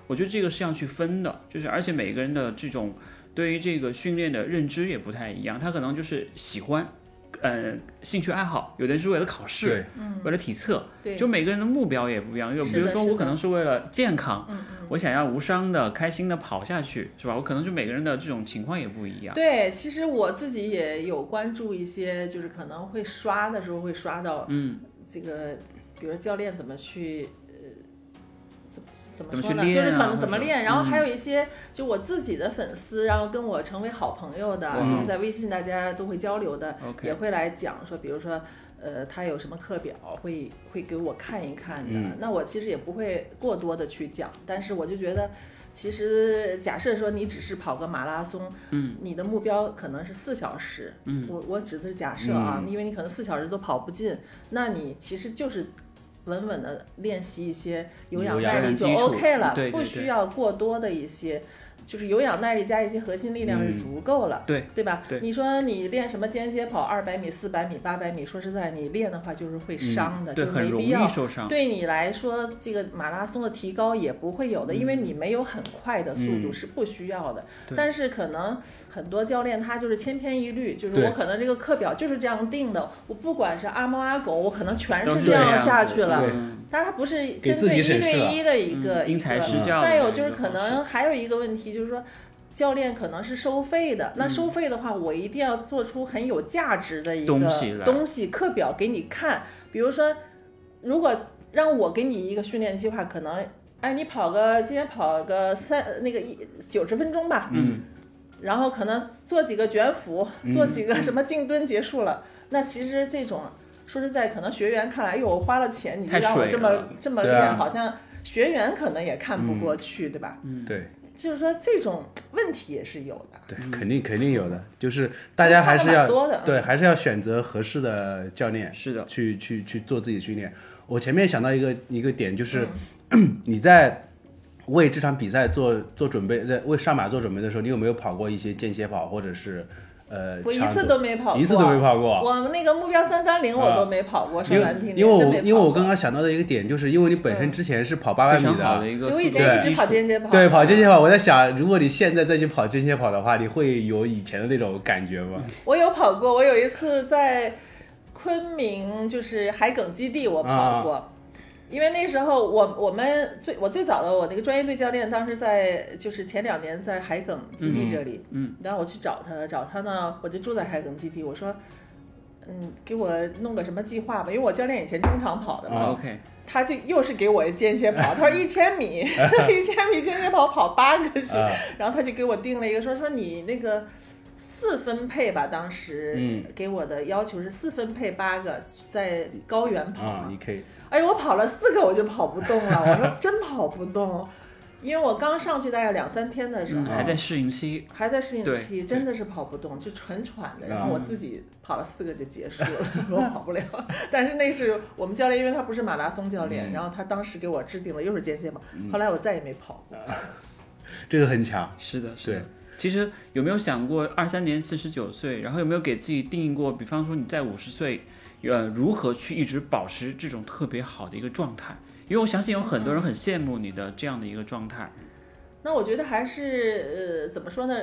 我觉得这个是要去分的，就是而且每个人的这种对于这个训练的认知也不太一样，他可能就是喜欢，呃，兴趣爱好，有的人是为了考试，
对，
为了体测，
对，
就每个人的目标也不一样。就是比
的
如说
是
我
的
可能是为了健康，
嗯嗯。
我想要无伤的、开心的跑下去，是吧？我可能就每个人的这种情况也不一样。
对，其实我自己也有关注一些，就是可能会刷的时候会刷到，
嗯，
这个，比如说教练怎么去，呃，怎么怎么
怎么
说
去
呢？
练
就是可
啊
能怎么
或者
练，然后还有一些就我自己的粉丝，然后跟我成为好朋友的，
嗯
就是在微信大家都会交流的，
OK
也会来讲说，比如说。呃，他有什么课表会会给我看一看的、
嗯
那我其实也不会过多的去讲，但是我就觉得，其实假设说你只是跑个马拉松，
嗯，
你的目标可能是四小时，
嗯
我我只是假设啊、
嗯
因为你可能四小时都跑不进，那你其实就是稳稳的练习一些有氧
有氧
耐力就
基础
OK 了，
对对
不
对
需要过多的一些，就是有氧耐力加一些核心力量是
嗯
足够了。
对，
对吧？
对
你说你练什么间歇跑，二百米、四百米、八百米，说实在，你练的话就是会伤的，
嗯对，
就
很
没
容
必
易
要。
受伤。
对你来说，这个马拉松的提高也不会有的，因为你没有很快的速度
嗯
是不需要的。
嗯对
但是可能很多教练他就是千篇一律，就是
对
我可能这个课表就是这样定的，我不管是阿猫阿狗，我可能全
都
是
是
这
这样子
下去了
对。
嗯
但它不是
给
针
自
对
己
一
审视了
对一的一个、
嗯
一
因
个。
材施教的
再
一个方式。
有就是可能还有一个问题就是说。教练可能是收费的，
嗯
那收费的话，我一定要做出很有价值的一个
东西来
东西课表给你看。比如说，如果让我给你一个训练计划，可能，哎，你跑个今天跑个三那个一九十分钟吧，
嗯，
然后可能做几个卷腹，
嗯
做几个什么静蹲结束了。那其实这种说实在，可能学员看来，哎呦，我花了钱，你就
太
让我
水
这
了
么这么
对
练，
啊嗯
好像学员可能也看不过去，对吧？
对
就是说这种问题也是有的。
对，肯定肯定有的，就是大家还是
看得
要
蛮多的，
对，还是要选择合适的教练
是的，
去去去做自己的训练。我前面想到一个一个点，就是、
嗯
你在为这场比赛做做准备，在为上马做准备的时候，你有没有跑过一些间歇跑或者是呃
我一
长
次
走
都没跑过，啊
一次都没跑过？啊
我们那个目标三三零我都没跑过，说
因为
难听点，
因为
真
我
没跑
因为我
过嗯
刚刚想到的一个点，就是因为你本身之前是跑八百
非
米
常好的一个
我以
速度
前一
基
直
础
跑间歇跑，嗯
对，跑间歇跑。我在想，如果你现在再去跑间歇跑的话，你会有以前的那种感觉吗？
我有跑过，我有一次在昆明就是海埂基地我跑过，
啊
因为那时候我我们最我最早的我那个专业队教练当时在就是前两年在海埂基地这里，
嗯，
然后我去找他，找他呢我就住在海埂基地，我说。嗯，给我弄个什么计划吧，因为我教练以前中长跑的嘛，
啊
OK，
他就又是给我间歇跑，他说一 千米，一千米间歇跑跑八个区，
啊，
然后他就给我定了一个说说你那个四分配吧，当时
嗯
给我的要求是四分配八个，在高原跑
啊
嘛。，
你可以，
哎呦，我跑了四个我就跑不动了，我说真跑不动，因为我刚上去大概两三天的时候。
嗯，还在适应期，
还在适应
对
期，真的是跑不动，就纯喘的。
嗯
然后我自己跑了四个就结束了， 我跑不了。但是那是我们教练，因为他不是马拉松教练，
嗯
然后他当时给我制定了又是间歇跑，后来我再也没跑过。
这个很强。
是的，是
对
的。其实有没有想过，二三年四十九岁，然后有没有给自己定义过，比方说你在五十岁，呃，如何去一直保持这种特别好的一个状态？因为我相信有很多人很羡慕你的这样的一个状态。
那我觉得还是呃，怎么说呢？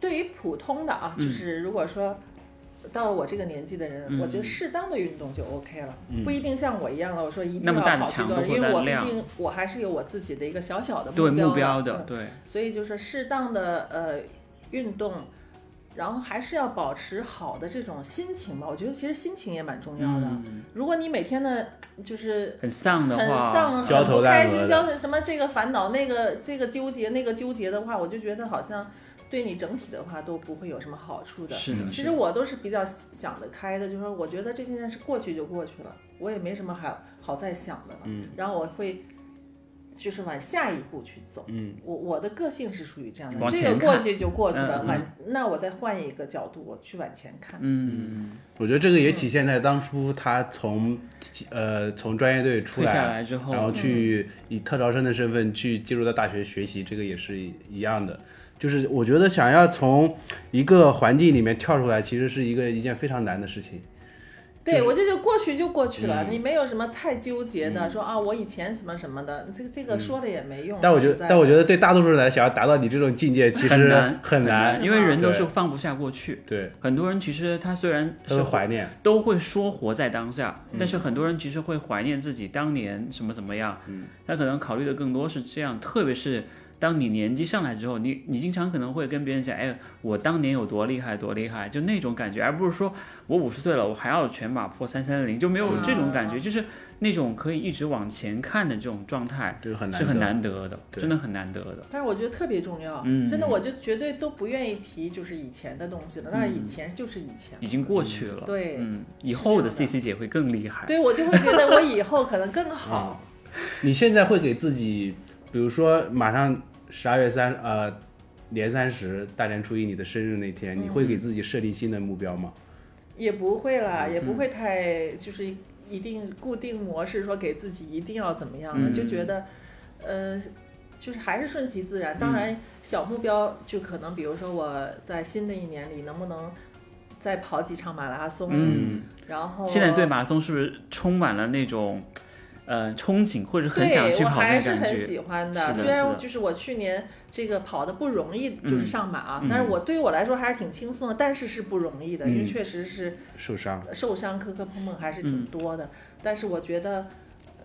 对于普通的啊，
嗯
就是如果说到了我这个年纪的人，
嗯
我觉得适当的运动就 OK 了，
嗯
不一定像我一样的，我说一定
那
要
么大的
跑去
强
多
度
少，因
或
为
者
我毕
量
竟我还是有我自己的一个小小的
对
标
目标
的
的，
嗯
对，
所以就是适当的呃运动，然后还是要保持好的这种心情吧。我觉得其实心情也蛮重要的。
嗯，
如果你每天的就是
很丧的
很丧、
话，
很
焦头
不
烂
开
额的
心、焦头什么这个烦恼、那个这个纠结、那个纠结的话，我就觉得好像对你整体的话都不会有什么好处的。
嗯
是的，
其
是
实
的
我都是比较想得开的，就是说我觉得这件事过去就过去了，我也没什么好好再想的了。
嗯
然后我会就是往下一步去走。
嗯，
我我的个性是属于这样的，
往
这
前
个过去就过去了，
嗯嗯
往那我再换一个角度，我去往前看。
嗯，
我觉得这个也体现在当初他从呃从专业队出
退下来之后，嗯
然后去以特招生的身份去进入到大学学习，这个也是一样的。就是我觉得想要从一个环境里面跳出来，其实是一个一件非常难的事情，
对，
就是
我这就过去就过
嗯
去了，你没有什么太纠结的，说啊我以前什么什么的，这个这个说了也没用。
嗯但我觉
说
得，
实在
但我
的
觉得对大多数人来讲，要达到你这种境界，其实
很难
很难。
因为人都是
对
放不下过去。
对，
很多人其实他虽然
他
是
会怀念。
都会说活在当下，但是很多人其实会怀念自己当年什么怎么样，他可能考虑的更多是这样，特别是当你年纪上来之后，你你经常可能会跟别人讲，哎，我当年有多厉害多厉害，就那种感觉，而不是说我五十岁了，我还要全马破三三零，就没有这种感觉，就是那种可以一直往前看的这种状态
这个很难
是很
得
难得的，
对
真的很难得的。
但是我觉得特别重要，
嗯
真的，我就绝对都不愿意提就是以前的东西了，
嗯
那以前就是以前，
已经过去了，
对
嗯，
是
以后的
这样
CC 姐会更厉害，
对我就会觉得我以后可能更好，
你现在会给自己，比如说马上十二月三呃年三十大年初一你的生日那天，你会给自己设定新的目标吗？
也不会啦，也
嗯
不会太就是一定固定模式说给自己一定要怎么样的，
嗯
就觉得，呃。就是还是顺其自
嗯
然，当然小目标就可能，比如说我在新的一年里能不能再跑几场马拉松，
嗯。
然后
现在对马拉松是不是充满了那种，呃，憧憬或者很想去
对，我
跑
还
的
是
感觉？
很喜欢
是的
虽
是
然
的
就是我去年这个跑的不容易，就是
嗯
上马啊，
嗯
但是我对于我来说还是挺轻松的，但是是不容易的，因为
嗯
确实是
受伤，
受伤磕磕碰碰还是挺多的。但是我觉得，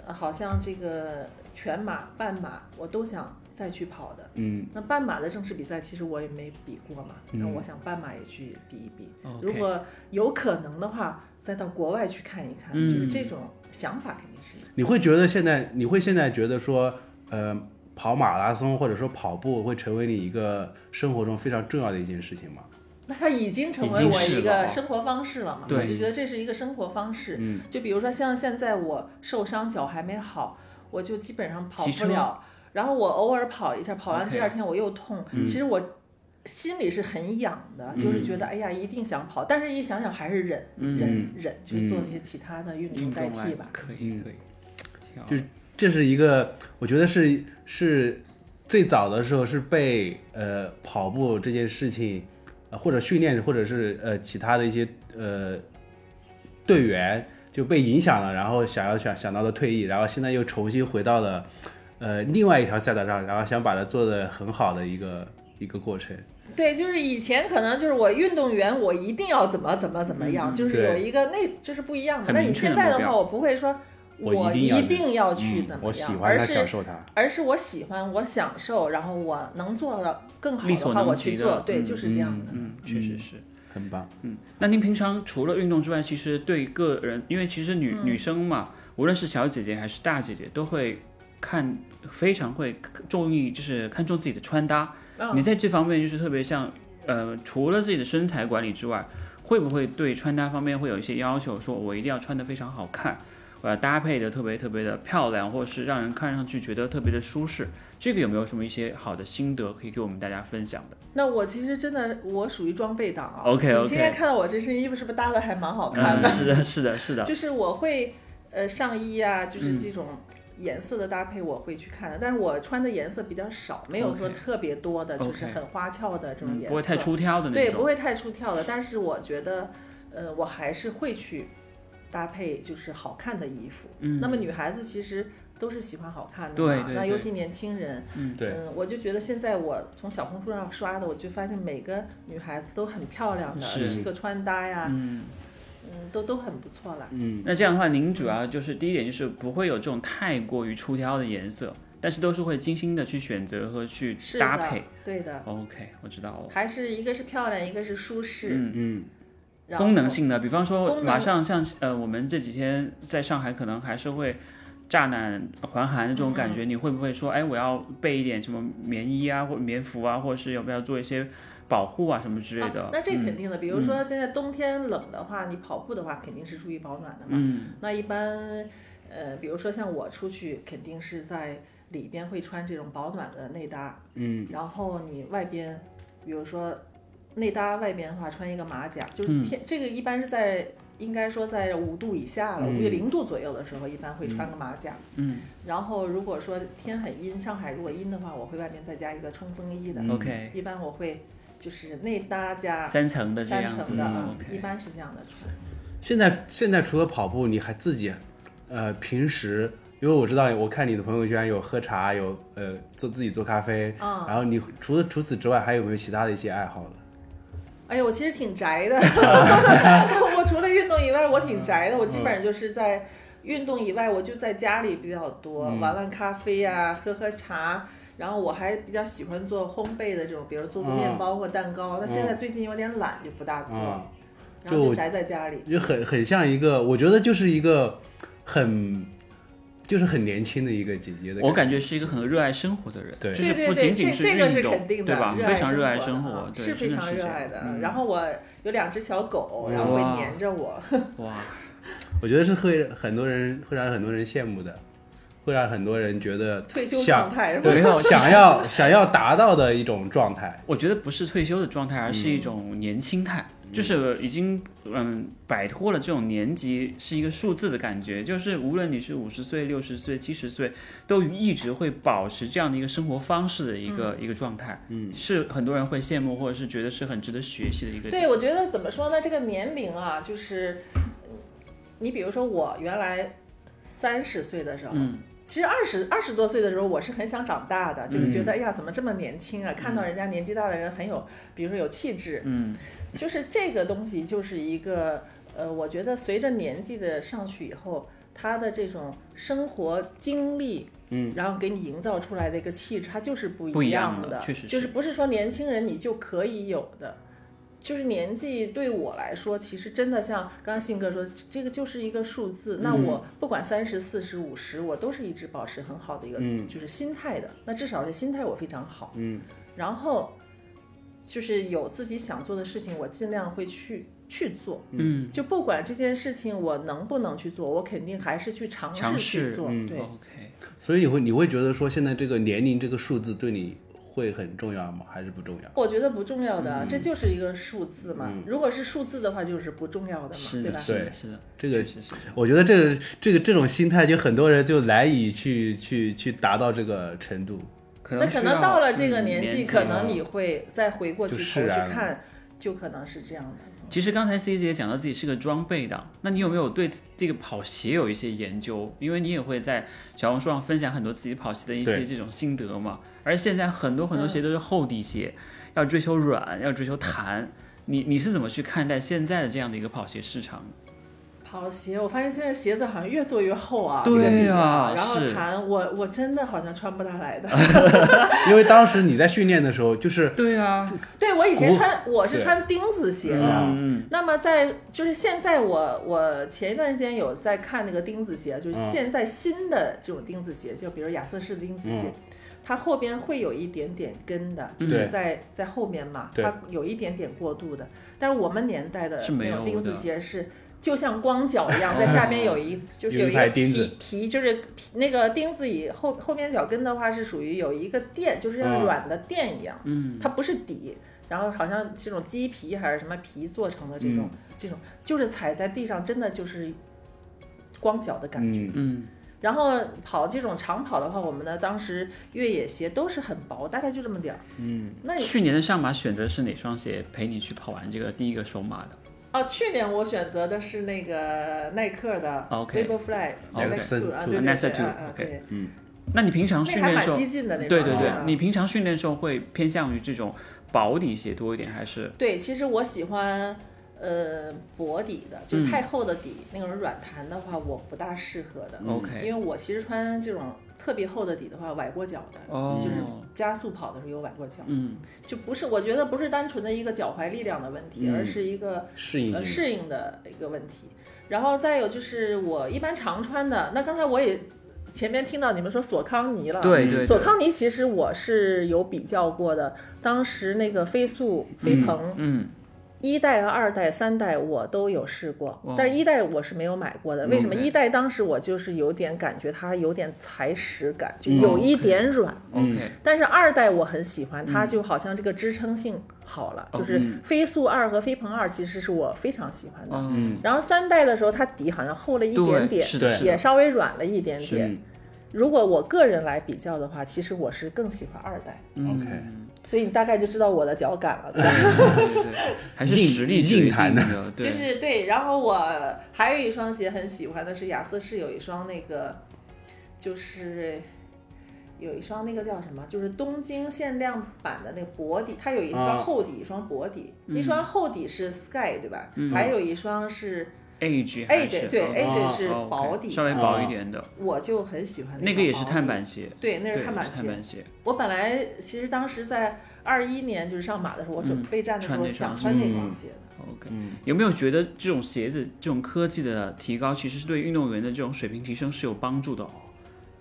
呃好像这个全马、半马我都想再去跑的。
嗯，
那半马的正式比赛其实我也没比过嘛，
嗯
那我想半马也去比一比。
OK
如果有可能的话，再到国外去看一看，
嗯
就是这种想法肯定是有
你会觉得现在你会现在觉得说，呃，跑马拉松或者说跑步会成为你一个生活中非常重要的一件事情吗？
那它已经成为
已经
我
是
一
了
个
哦
生活方式了嘛？
对
我就觉得这是一个生活方式。
嗯
就比如说像现在我受伤脚还没好，我就基本上跑
骑
不
车
了，然后我偶尔跑一下，跑完
OK 嗯
第二天我又痛。其实我心里是很痒的，就是觉得
嗯
哎呀一定想跑，但是一想想还是忍忍忍，就是做一些其他的运动
嗯运
代
动啊来
替吧。
可以
嗯
可以，挺好
就这是一个，我觉得是是最早的时候是被呃跑步这件事情，呃或者训练或者是呃其他的一些呃队员就被影响了，然后想要想想到的退役，然后现在又重新回到了呃另外一条赛道上，然后想把它做得很好的一个一个过程。
对，就是以前可能就是我运动员，我一定要怎么怎么怎
嗯
么样，就是有
对
一个那就是不一样的。
很
那
明
你
确
现
的
在
目
的话，
标
我不会说
我一定要
一定要去怎
嗯我
么
喜
样，
欢
而
它，享
是
受它。
而是我喜欢，我享受，然后我能做的更好
力所
话，
能
我
及
去
的
做。对，
嗯
就是这样的。
嗯，确实是。
很棒，
那您平常除了运动之外，其实对个人，因为其实女、女生嘛，无论是小姐姐还是大姐姐，都会看非常会注意，就是看重自己的穿搭。你在这方面就是特别像，呃，除了自己的身材管理之外，会不会对穿搭方面会有一些要求？说我一定要穿的非常好看，我要搭配的特别特别的漂亮，或者是让人看上去觉得特别的舒适。这个有没有什么一些好的心得可以给我们大家分享的？
那我其实真的我属于装备党啊。
OK，OK
你今天看到我这身衣服是不是搭的还蛮好看
嗯，
的？
是的，是的，是的。嗯
就是我会呃上衣啊，就是这种颜色的搭配我会去看的，但是我穿的颜色比较少，没有说
OK
特别多的就是
OK
很花俏的这种
嗯
颜色，
不会太出挑的那
对，不
种。
会太出跳的。但是我觉得，呃，我还是会去搭配就是好看的衣服。
嗯
那么女孩子其实都是喜欢好看的嘛，
对对
那
对
尤其年轻人，
对，
嗯，我就觉得现在我从小红书上刷的，我就发现每个女孩子都很漂亮的，
是
这个穿搭呀，
嗯，
嗯，都都很不错啦。
嗯，
那这样的话，您主要就是第一点就是不会有这种太过于出挑的颜色，但是都是会精心的去选择和去
是
搭
的
配。，
对的，
OK，我知道了。
还是一个是漂亮，一个是舒适，
嗯
嗯，
然后
功能性的，比方
功
说
能
马上像呃，我们这几天在上海可能还是会乍暖还寒的
嗯
这种感觉，你会不会说，哎，我要备一点什么棉衣啊，或者棉服啊，或者是有没有做一些保护啊什么之类的？嗯
啊。那这肯定的，比如说现在冬天冷的话，你跑步的话肯定是注意保暖的嘛。
嗯，
那一般，呃，比如说像我出去，肯定是在里边会穿这种保暖的内搭，嗯，然后你外边，比如说内搭外边的话，穿一个马甲，
嗯
就是天、这个一般是在应该说在五度以下了，五、零度左右的时候，一般会穿个马甲，
嗯，
然后如果说天很阴，上海如果阴的话，我会外边再加一个冲锋衣的，
嗯
OK，
一般我会就是内搭加
三层的这
三
样子
层的，
嗯
啊，一
，OK。
般是这样的穿。
现在现在除了跑步，你还自己，呃，平时因为我知道，我看你的朋友圈有喝茶，有呃做自己做咖啡，
嗯
然后你除了除此之外，还有没有其他的一些爱好呢？
哎呀，我其实 挺宅的，我除了运动以外，我挺宅的。我基本
嗯
上就是在运动以外，我就在家里比较多，
嗯
玩玩咖啡呀、喝喝茶。然后我还比较喜欢做烘焙的这种，比如做做
嗯
面包或蛋糕。但现在最近有点懒，就不大啊做，
嗯
然后就宅在家里。
就很很像一个，我觉得就是一个很，就是很年轻的一个姐姐的
我
感
感觉是一个很热爱生活的人，
对
就是
对
不
对对
仅仅
这
运
这
动，
个是肯定的，
对吧？
热
非常热爱
爱
生
生啊
活，对，
是非
真的
常
是
热
这
爱
样。嗯
的。然后我有两只小狗，然后会
哇
黏着我。
哇，
我觉得是会很多人会让很多人羡慕的，会让很多人觉得
退休状
想
态 是吧？
对
没有
想要想要达到的一种状态。
我觉得不是退休的状态，而是一种年轻态，就是已经嗯摆脱了这种年级是一个数字的感觉，就是无论你是五十岁、六十岁、七十岁，都一直会保持这样的一个生活方式的一个、一个状态，嗯，是很多人会羡慕或者是觉得是很值得学习的一个点。
对，我觉得怎么说呢？这个年龄啊，就是嗯你比如说我原来三十岁的时候，
嗯
其实二十二十多岁的时候，我是很想长大的，就是
嗯
觉得、哎呀，怎么这么年轻啊？看到人家年纪大的人很有，比如说有气质，
嗯，
就是这个东西就是一个呃，我觉得随着年纪的上去以后。他的这种生活经历，
嗯，
然后给你营造出来的一个气质，它就是不
不一
样
样的确实是
就是不是说年轻人你就可以有的，就是年纪对我来说，其实真的像刚刚信哥说，这个就是一个数字。那我不管三十四十五十，我都是一直保持很好的一个、
嗯
就是心态的。那至少是心态我非常好。嗯，然后就是有自己想做的事情，我尽量会去去做。
嗯，
就不管这件事情我能不能去做，我肯定还是去尝
尝
试
试
去做。
嗯
对，
，OK，
所以你会你会觉得说现在这个年龄这个数字对你会很重要吗？还是不重要？
我觉得不重要的，
嗯
这就是一个数字嘛。如果是数字的话，就是不重要的嘛，
是
对
的，
吧？
是
对
的，是的，
这个
确实是
我觉得这个这个这种心态，就很多人就难以去去去达到这个程度。
可
那
能
可
需
能
要
到了这个
嗯
年
纪
纪，可能
了
你会再回过去
就
头
释
去
然了
看，就可能是这样的。
其实刚才 C 姐讲到自己是个装备党，那你有没有对这个跑鞋有一些研究？因为你也会在小红书上分享很多自己跑鞋的一些
对
这种心得嘛。而现在很多很多鞋都是厚底鞋，要追求软，要追求弹。你你是怎么去看待现在的这样的一个跑鞋市场？
跑鞋，我发现现在鞋子好像越做越厚啊。
对
这个底
啊
然后
是
弹我我真的好像穿不大来的。
因为当时你在训练的时候，就是
对啊，
对我以前
古
穿我是
对
穿钉子鞋的，
嗯，
那么在就是现在我我前一段时间有在看那个钉子鞋，就是
嗯
现在新的这种钉子鞋，就比如亚瑟士的钉子鞋，它后边会有一点点跟的，就
嗯
是在在后面嘛，
对
它有一点点过渡的。但是我们年代的
是没
那
有
种钉子
的
鞋是。就像光脚一样，在下面有一就是有
有一
一
排
个
钉子
皮皮，就是皮那个钉子以后后边脚跟的话是属于有一个垫，就是
嗯
像软的垫一样，嗯，它不是底，然后好像这种鸡皮还是什么皮做成的这种，
嗯
这种就是踩在地上真的就是光脚的感觉。
嗯，
嗯
然后跑这种长跑的话，我们的当时越野鞋都是很薄，大概就这么点儿。嗯，那
嗯。去年的上马选择是哪双鞋陪你去跑完这个第一个首马的？
啊，去年我选择的是那个耐克的
哦 OK
Vaporfly
OK
Next Two 啊，对对
Next
对
Two，
啊啊
OK
对，
那你平常
那
训
还
练的时
蛮
候，
激进的那
对
双
对
鞋
对
啊，
你平常训练的时候会偏向于这种薄底鞋多一点，还是
对，其实我喜欢呃薄底的，
嗯
就是太厚的底，那种软弹的话我不大适合的。
嗯 OK？
因为我其实穿这种特别厚的底的话，崴过脚的，
哦，
就是加速跑的时候有崴过脚，
嗯，
就不是我觉得不是单纯的一个脚踝力量的问题，
嗯
而是一个
适应
呃
性。
适应的一个问题。然后再有就是我一般常穿的，那刚才我也前面听到你们说索康尼了，
对对
索
对，
康尼其实我是有比较过的，当时那个飞速、飞鹏，
嗯，
一代和二代、三代我都有试过，
哇哦
但是一代我是没有买过的。为什么？
OK
一代当时我就是有点感觉它有点踩屎感，就
嗯
有一点软。
OK，
但是二代我很喜欢，它就好像这个支撑性好了，
嗯哦
就是飞速二和飞鹏二其实是我非常喜欢的。
嗯，
然后三代的时候，它底好像厚了一点
对，
点，
是的，
对
是的
也稍微软了一点
嗯。嗯
点
嗯
如果我个人来比较的话，其实我是更喜欢二代。
OK，
所以你大概就知道我的脚感了。对吧
对对对，还是
硬
实力决
硬
定
谈
的，啊对，
就是对，然后我还有一双鞋很喜欢的是亚瑟士有一双那个，就是有一双那个叫什么，就是东京限量版的那个薄底，它有一
啊
哦
双厚底，一双薄底，一双厚底是 Sky 对吧？
嗯
还有一双是
Age 还
Age
是
对
哦
Age 是
哦，OK，
薄底
稍微
的，
薄一点的，
我就很喜欢
那
个
个也是
薄
碳
底，
板鞋，
对，那
对，
是碳板
是碳
鞋。
板鞋，
我本来其实当时在二一年就是上马的时候，我准
嗯
备站的时
穿
候
那
想
双
穿这
鞋
双
嗯
鞋的。
OK，
嗯
有没有觉得这种鞋子、这种科技的提高，其实是对运动员的这种水平提升是有帮助的哦？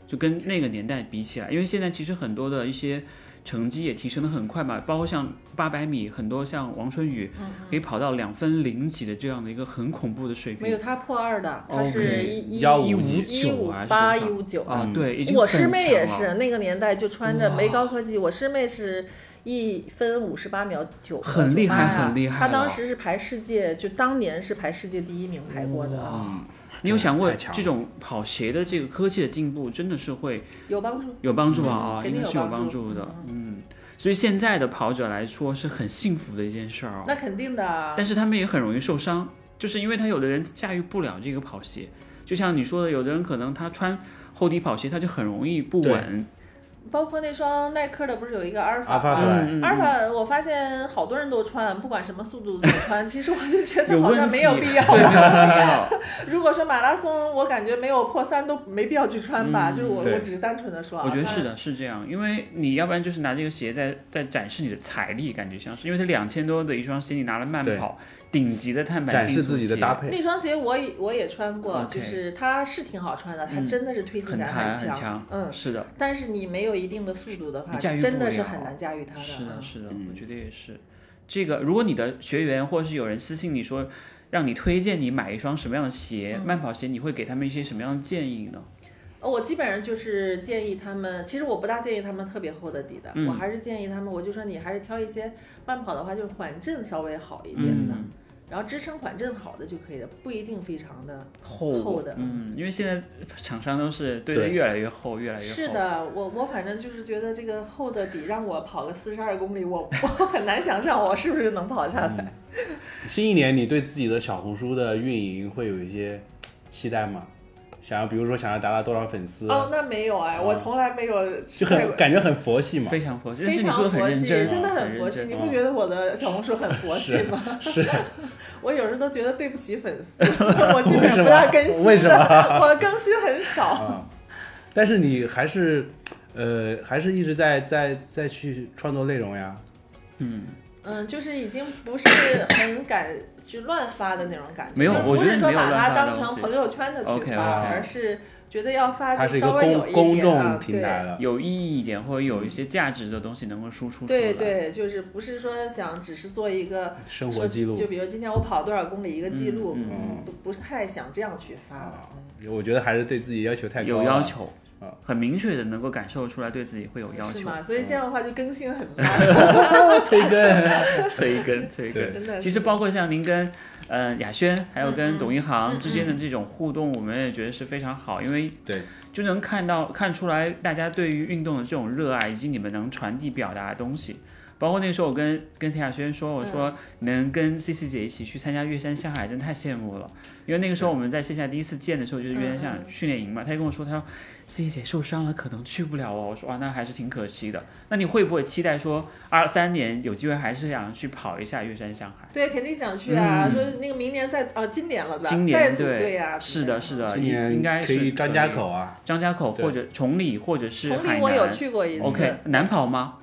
就跟那个年代比起来，因为现在其实很多的一些成绩也提升的很快嘛，包括像八百米，很多像王春雨
嗯
可以跑到两分零几的这样的一个很恐怖的水
没有，
平
他破二的，他
OK，
是一
159
一一
还是
五
多少
八一五九
啊
嗯！
对，已经
我
很
师妹也
强
是
了，
那个年代就穿着
哇
没高科技，我师妹是一分五十八秒九，
很厉害
98呀
很厉害
她当
了
时是排世界，就当年是排世界第一名排过的，啊，
嗯，
你有想过
太强了
这种跑鞋的这个科技的进步，真的是会
有帮助。
有帮助啊，啊，
嗯肯
应
定
该
有
是有
帮
帮助的，嗯，所以现在的跑者来说是很幸福的一件事儿哦。
那肯定的啊，
但是他们也很容易受伤，就是因为他有的人驾驭不了这个跑鞋，就像你说的，有的人可能他穿厚底跑鞋，他就很容易不稳。
包括那双耐克的，不是有一个阿尔法
阿尔法
吗？
对
嗯
阿尔法，我发现好多人都穿，不管什么速度都穿。其实我就觉
有
得好
问
像
题，
没有必要。
对没有 必要
如果说马拉松，我感觉没有破三都没必要去穿吧，就是我
对
我只是单纯的说啊，
嗯我觉得是的，是这样，因为你要不然就是拿这个鞋在在展示你的财力，感觉像是，因为它两千多的一双鞋，你拿了慢
对
跑顶级的碳板
展
竞
示
速
自己的
鞋
搭
那。
配，
那双鞋我也我也穿过
OK
就是它是挺好穿的，它
嗯
真的是推进
很
感
弹很
强，
强，
嗯。
是的，
但是你没有一定的速度的
你
话，
驾驭
真
不
的是
了
很难驾驭它的。
是的，
嗯
是的，
嗯
我觉得也是。这个，如果你的学员或是有人私信你说，让你推荐你买一双什么样的鞋，
嗯
慢跑鞋，你会给他们一些什么样的建议呢？
呃我基本上就是建议他们，其实我不大建议他们特别厚的底的，
嗯
我还是建议他们，我就说你还是挑一些慢跑的话，就是缓震稍微好一点的，
嗯，
然后支撑缓震好的就可以了，不一定非常的。
厚
厚的
嗯，因为现在厂商都是堆的
对
越来越厚，越来越厚。
是，的，我我反正就是觉得这个厚的底让我跑个四十二公里，我我很难想象我是不是能跑下来。
嗯
新一年你对自己的小红书的运营会有一些期待吗？想要，比如说想要达到多少粉丝，
哦，那没有哎，我
啊
从来没有期
就
待
很
过。
感觉很佛系嘛。
非常佛系，但
非
是你
常
做的
佛
很认
系，
真，啊
真的很
很
佛系。
认
你
真
不觉得我的小红书很 佛系吗？
是，
我有时候都觉得对不起粉 丝，我基本
为什
上
么
不大更新的，
为什么
我更新很少。
啊，但是你还是，呃，还是一直在在再去创作内容呀。
嗯，
嗯，就是已经不是很敢去乱发的那种感觉，
没有
就是
我
不
觉得
是
你
说
没有
把
乱
它
发
当
的
成
东西
朋友圈的去
OK，OK
发，而是觉得要发
它
就是
一
稍
个
微有
公
一
公
点啊
众，平台的，
有意义一点，或者有一些价值的东西能够输出出来。
对对对，就是不是说想只是做一个
生
说
活记录
就。比如今天我跑多少公里一个记录，
嗯哦
嗯
不不是太想这样去发了
啊。
嗯
我觉得还是对自己要求太高了。
有要求
啊，
很明确的能够感受出来，对自己会有要
是
求。 嗯
吗？所以这样的话就更新很慢，
催更。
催 更，催更。
真的。
其实包括像您跟呃雅轩，还有跟董一
嗯
航
嗯
之间的这种互动，我们也觉得是非常好，因为
对
就能看到看出来大家对于运动的这种热爱，以及你们能传递表达的东西。包括那个时候，我跟跟田雅轩说，我说能跟 C C 姐一起去参加越山下海，真太羡慕了。因为那个时候我们在线下第一次见的时候，就是越山下海
嗯嗯
训练营嘛，她就跟我说，她说 C C 姐受伤了，可能去不了哦。我说哇，那还是挺可惜的。那你会不会期待说二三年有机会还是想去跑一下越山下海？
对，肯定想去啊！
嗯
说那个明年再啊，今年了对吧？
今年
再组
对
队啊呀，
是的，是的，
今年
呃应该
可
是
以张家口啊，
张家口
对
或者崇礼或者是
崇
海
礼
南。
我有去过一次
OK，难跑吗？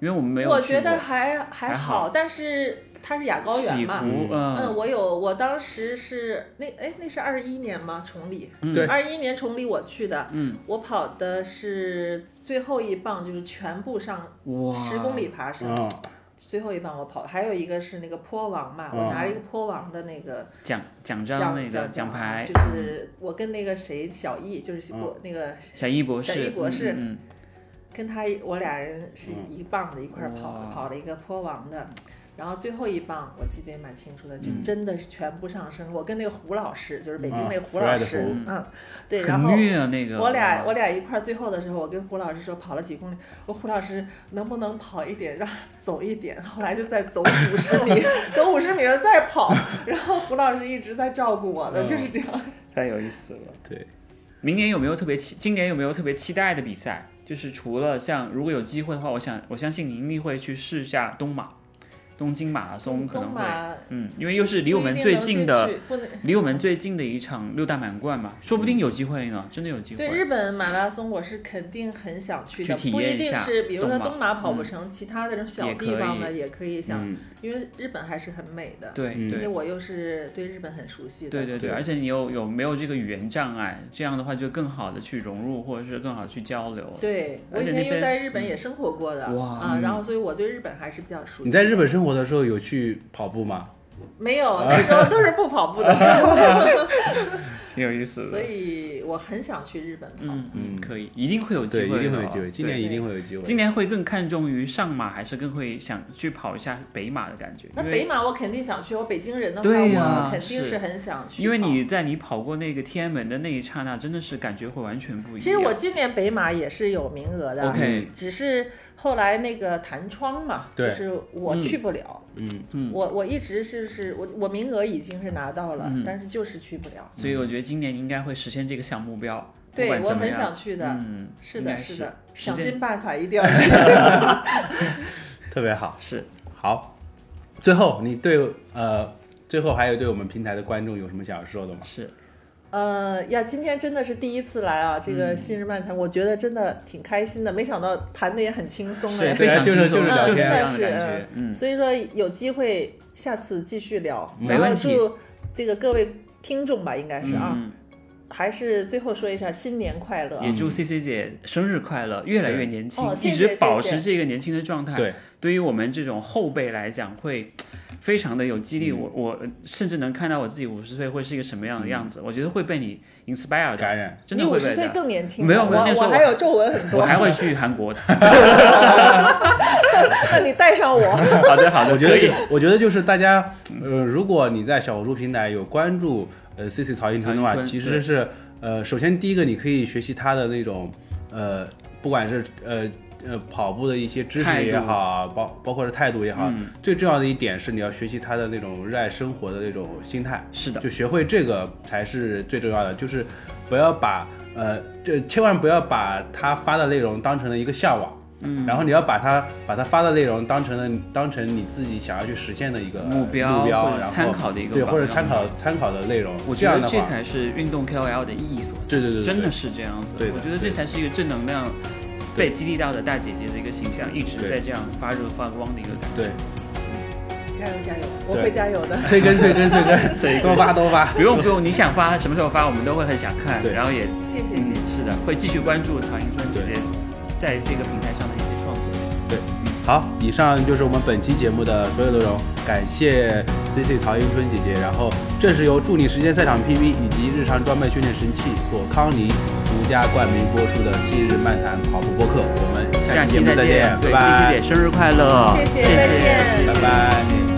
因为我们没有去过。
我觉得还
还
还
好
好，但是它是亚高
起
原嘛。
伏，
嗯，
嗯，
我有，我当时是那哎，那是二一年吗？崇礼，
嗯
对
二一年崇礼我去的，
嗯，
我跑的是最后一棒，就是全部上
哇，
十公里爬升，
嗯，
最后一棒我跑的，还有一个是那个坡王嘛，
嗯
我拿了一
哦
个坡王的那个
奖奖章
奖
那个
奖
牌，嗯
就是我跟那个谁小易，就是我那个
小易博士，
小易博士
嗯，
跟他一我俩人是
嗯
一棒子一块儿跑的，
哇
跑了一个坡王的。然后最后一棒我记得也蛮清楚的，就
嗯
真的是全部上升。我跟那个胡老师，就是北京
啊
那个胡
弗莱
老
的
师
胡，
嗯，对，然
很
后
虐啊那个。
我俩我俩一块儿，最后的时候，我跟胡老师说跑了几公里，我说胡老师能不能跑一点，让走一点。后来就在走五十米， 走五十米然后再跑，然后胡老师一直在照顾我的，就是这样。
太有意思了。
对，
明年有没有特别期？今年有没有特别期待的比赛？就是除了像如果有机会的话，我想我相信你一定会去试一下东马，东京马拉松可能
东
会，
马
嗯，因为又是
不
离我们
一定
最
能
近
进
的，
去，不能
离我们最近的一场六大满贯嘛，说不定有机会呢，真的有机
对
会。
日本马拉松，我是肯定很想去
去
的，
体
不
验
一
一
定
下
是比如说
东马
东马跑不
嗯
成，其他的这种小
也
地
可
方
以
呢也可以想，
嗯，
因为日本还是很美的，
对
嗯
因为
对
我又是对日本很熟悉的，
对对
对
对，而且你有有没有这个语言障碍？这样的话就更好的去融入，或者是更好地去交流。
对，我
而
以
且
前
那
因为
边嗯
在日本也生活过的
哇
啊，
嗯
然后所以我对日本还是比较熟悉的。
你在日本生活的时候有去跑步吗？
没
啊
有，那时候都是不跑步的时 候，
挺有意思的。
所以我很想去日本跑。
嗯
嗯
嗯，可以，一定会有机
对，
会的，哦
一定会有机会，今
对
年一定会有机会。
今年会更看重于上马，还是更会想去跑一下北马的感觉？
那
因
北
为
马我肯定想去，我北京人的话，
对呀
我肯定
是
很想去跑。
因为你在你跑过那个天安门的那一刹那，真的是感觉会完全不一样。
其实我啊今年北马也是有名额的
嗯
OK
只是后来那个弹窗嘛，就
对
是我去不了，
嗯，
嗯，
我我一直是是我我名额已经是拿到了，
嗯
但是就是去不了。
所以我觉得今年应该会实现这个小目标，不
对
管
我
怎么
很
样。
想去的，
嗯，
是
应该
的，
是
的，
时
想
间
尽办法一定要去。
特别好。
是
好，最后你对呃，最后还有对我们平台的观众有什么想要说的吗？
是，
呃呀，今天真的是第一次来啊，这
嗯
个信日漫谈，我觉得真的挺开心的，没想到谈的也很轻松
是
哎。
非常
对就是
轻松
就是聊
就是这
天啊
样的
是
感
嗯
觉，嗯，
所以说有机会下次继续聊，
没
然后
问题
祝这个各位听众吧，应该是啊，
嗯，
还是最后说一下新年快乐啊。
也祝
嗯
C C 姐生日快乐，越来越年轻，
哦谢
一
谢
直保
谢谢
持这个年轻的状态。
对，
对于我们这种后辈来讲，会非常的有激
嗯
励。我我呃甚至能看到我自己五十岁会是一个什么样的样
嗯
子，我觉得会被你 inspire
感
的，
染。
真
你
的会
五
被
十岁
的。
更年轻啊，
没有没有那时
我
候
我
我
还有皱纹 很
我
多，
还会去 韩国的。
那你带上 我。
好的好的，
我觉得
可以
就，我觉得就是大家，呃，如果你在小红书平台有关注呃 C C 曹云春的
曹
话，
云春
其实
对
是呃，首先第一个你可以学习他的那种呃，不管是呃呃跑步的一些知识也
态度
好，包包括是态度也好，
嗯
最重要的一点是你要学习他的那种热爱生活的那种心态。
是的，
就学会这个才是最重要的，就是不要把呃，这千万不要把他发的内容当成了一个向往，嗯，然后你要把他把他发的内容当成了当成你自己想要去实现的一个
目标
目标，
或者
然后
参考的一个
对，
榜
或者
样
参考参考的内容，
我
这
觉
样
得
的
这
话，
才是运动 KOL 的意义所在。
对对对，对
真的是这样子。
对的
我觉得这才是一个正能量被激励到的大姐姐的一个形象，一直
对
在这样发热发光的一个感觉。
对，
加油加油，我
对
会加油的。
催更催更催 更
所以
多发多发，
不用不用，你想发什么时候发，我们都会很想看。
对
然后也
谢谢谢
嗯
谢。
是的，会继续关注曹迎春姐
对
姐在这个平台上的一些创作。
对，好，以上就是我们本期节目的所有内容，感谢 C C 曹迎春姐姐，然后这是由助你实践赛场 P V 以及日常装备训练神器索康尼独家冠名播出的《昔日漫谈跑步播客》，我们下
下
期节目
再
再见，
对，
拜
谢
拜
谢姐，生日快乐！
谢谢再见
拜拜。
谢谢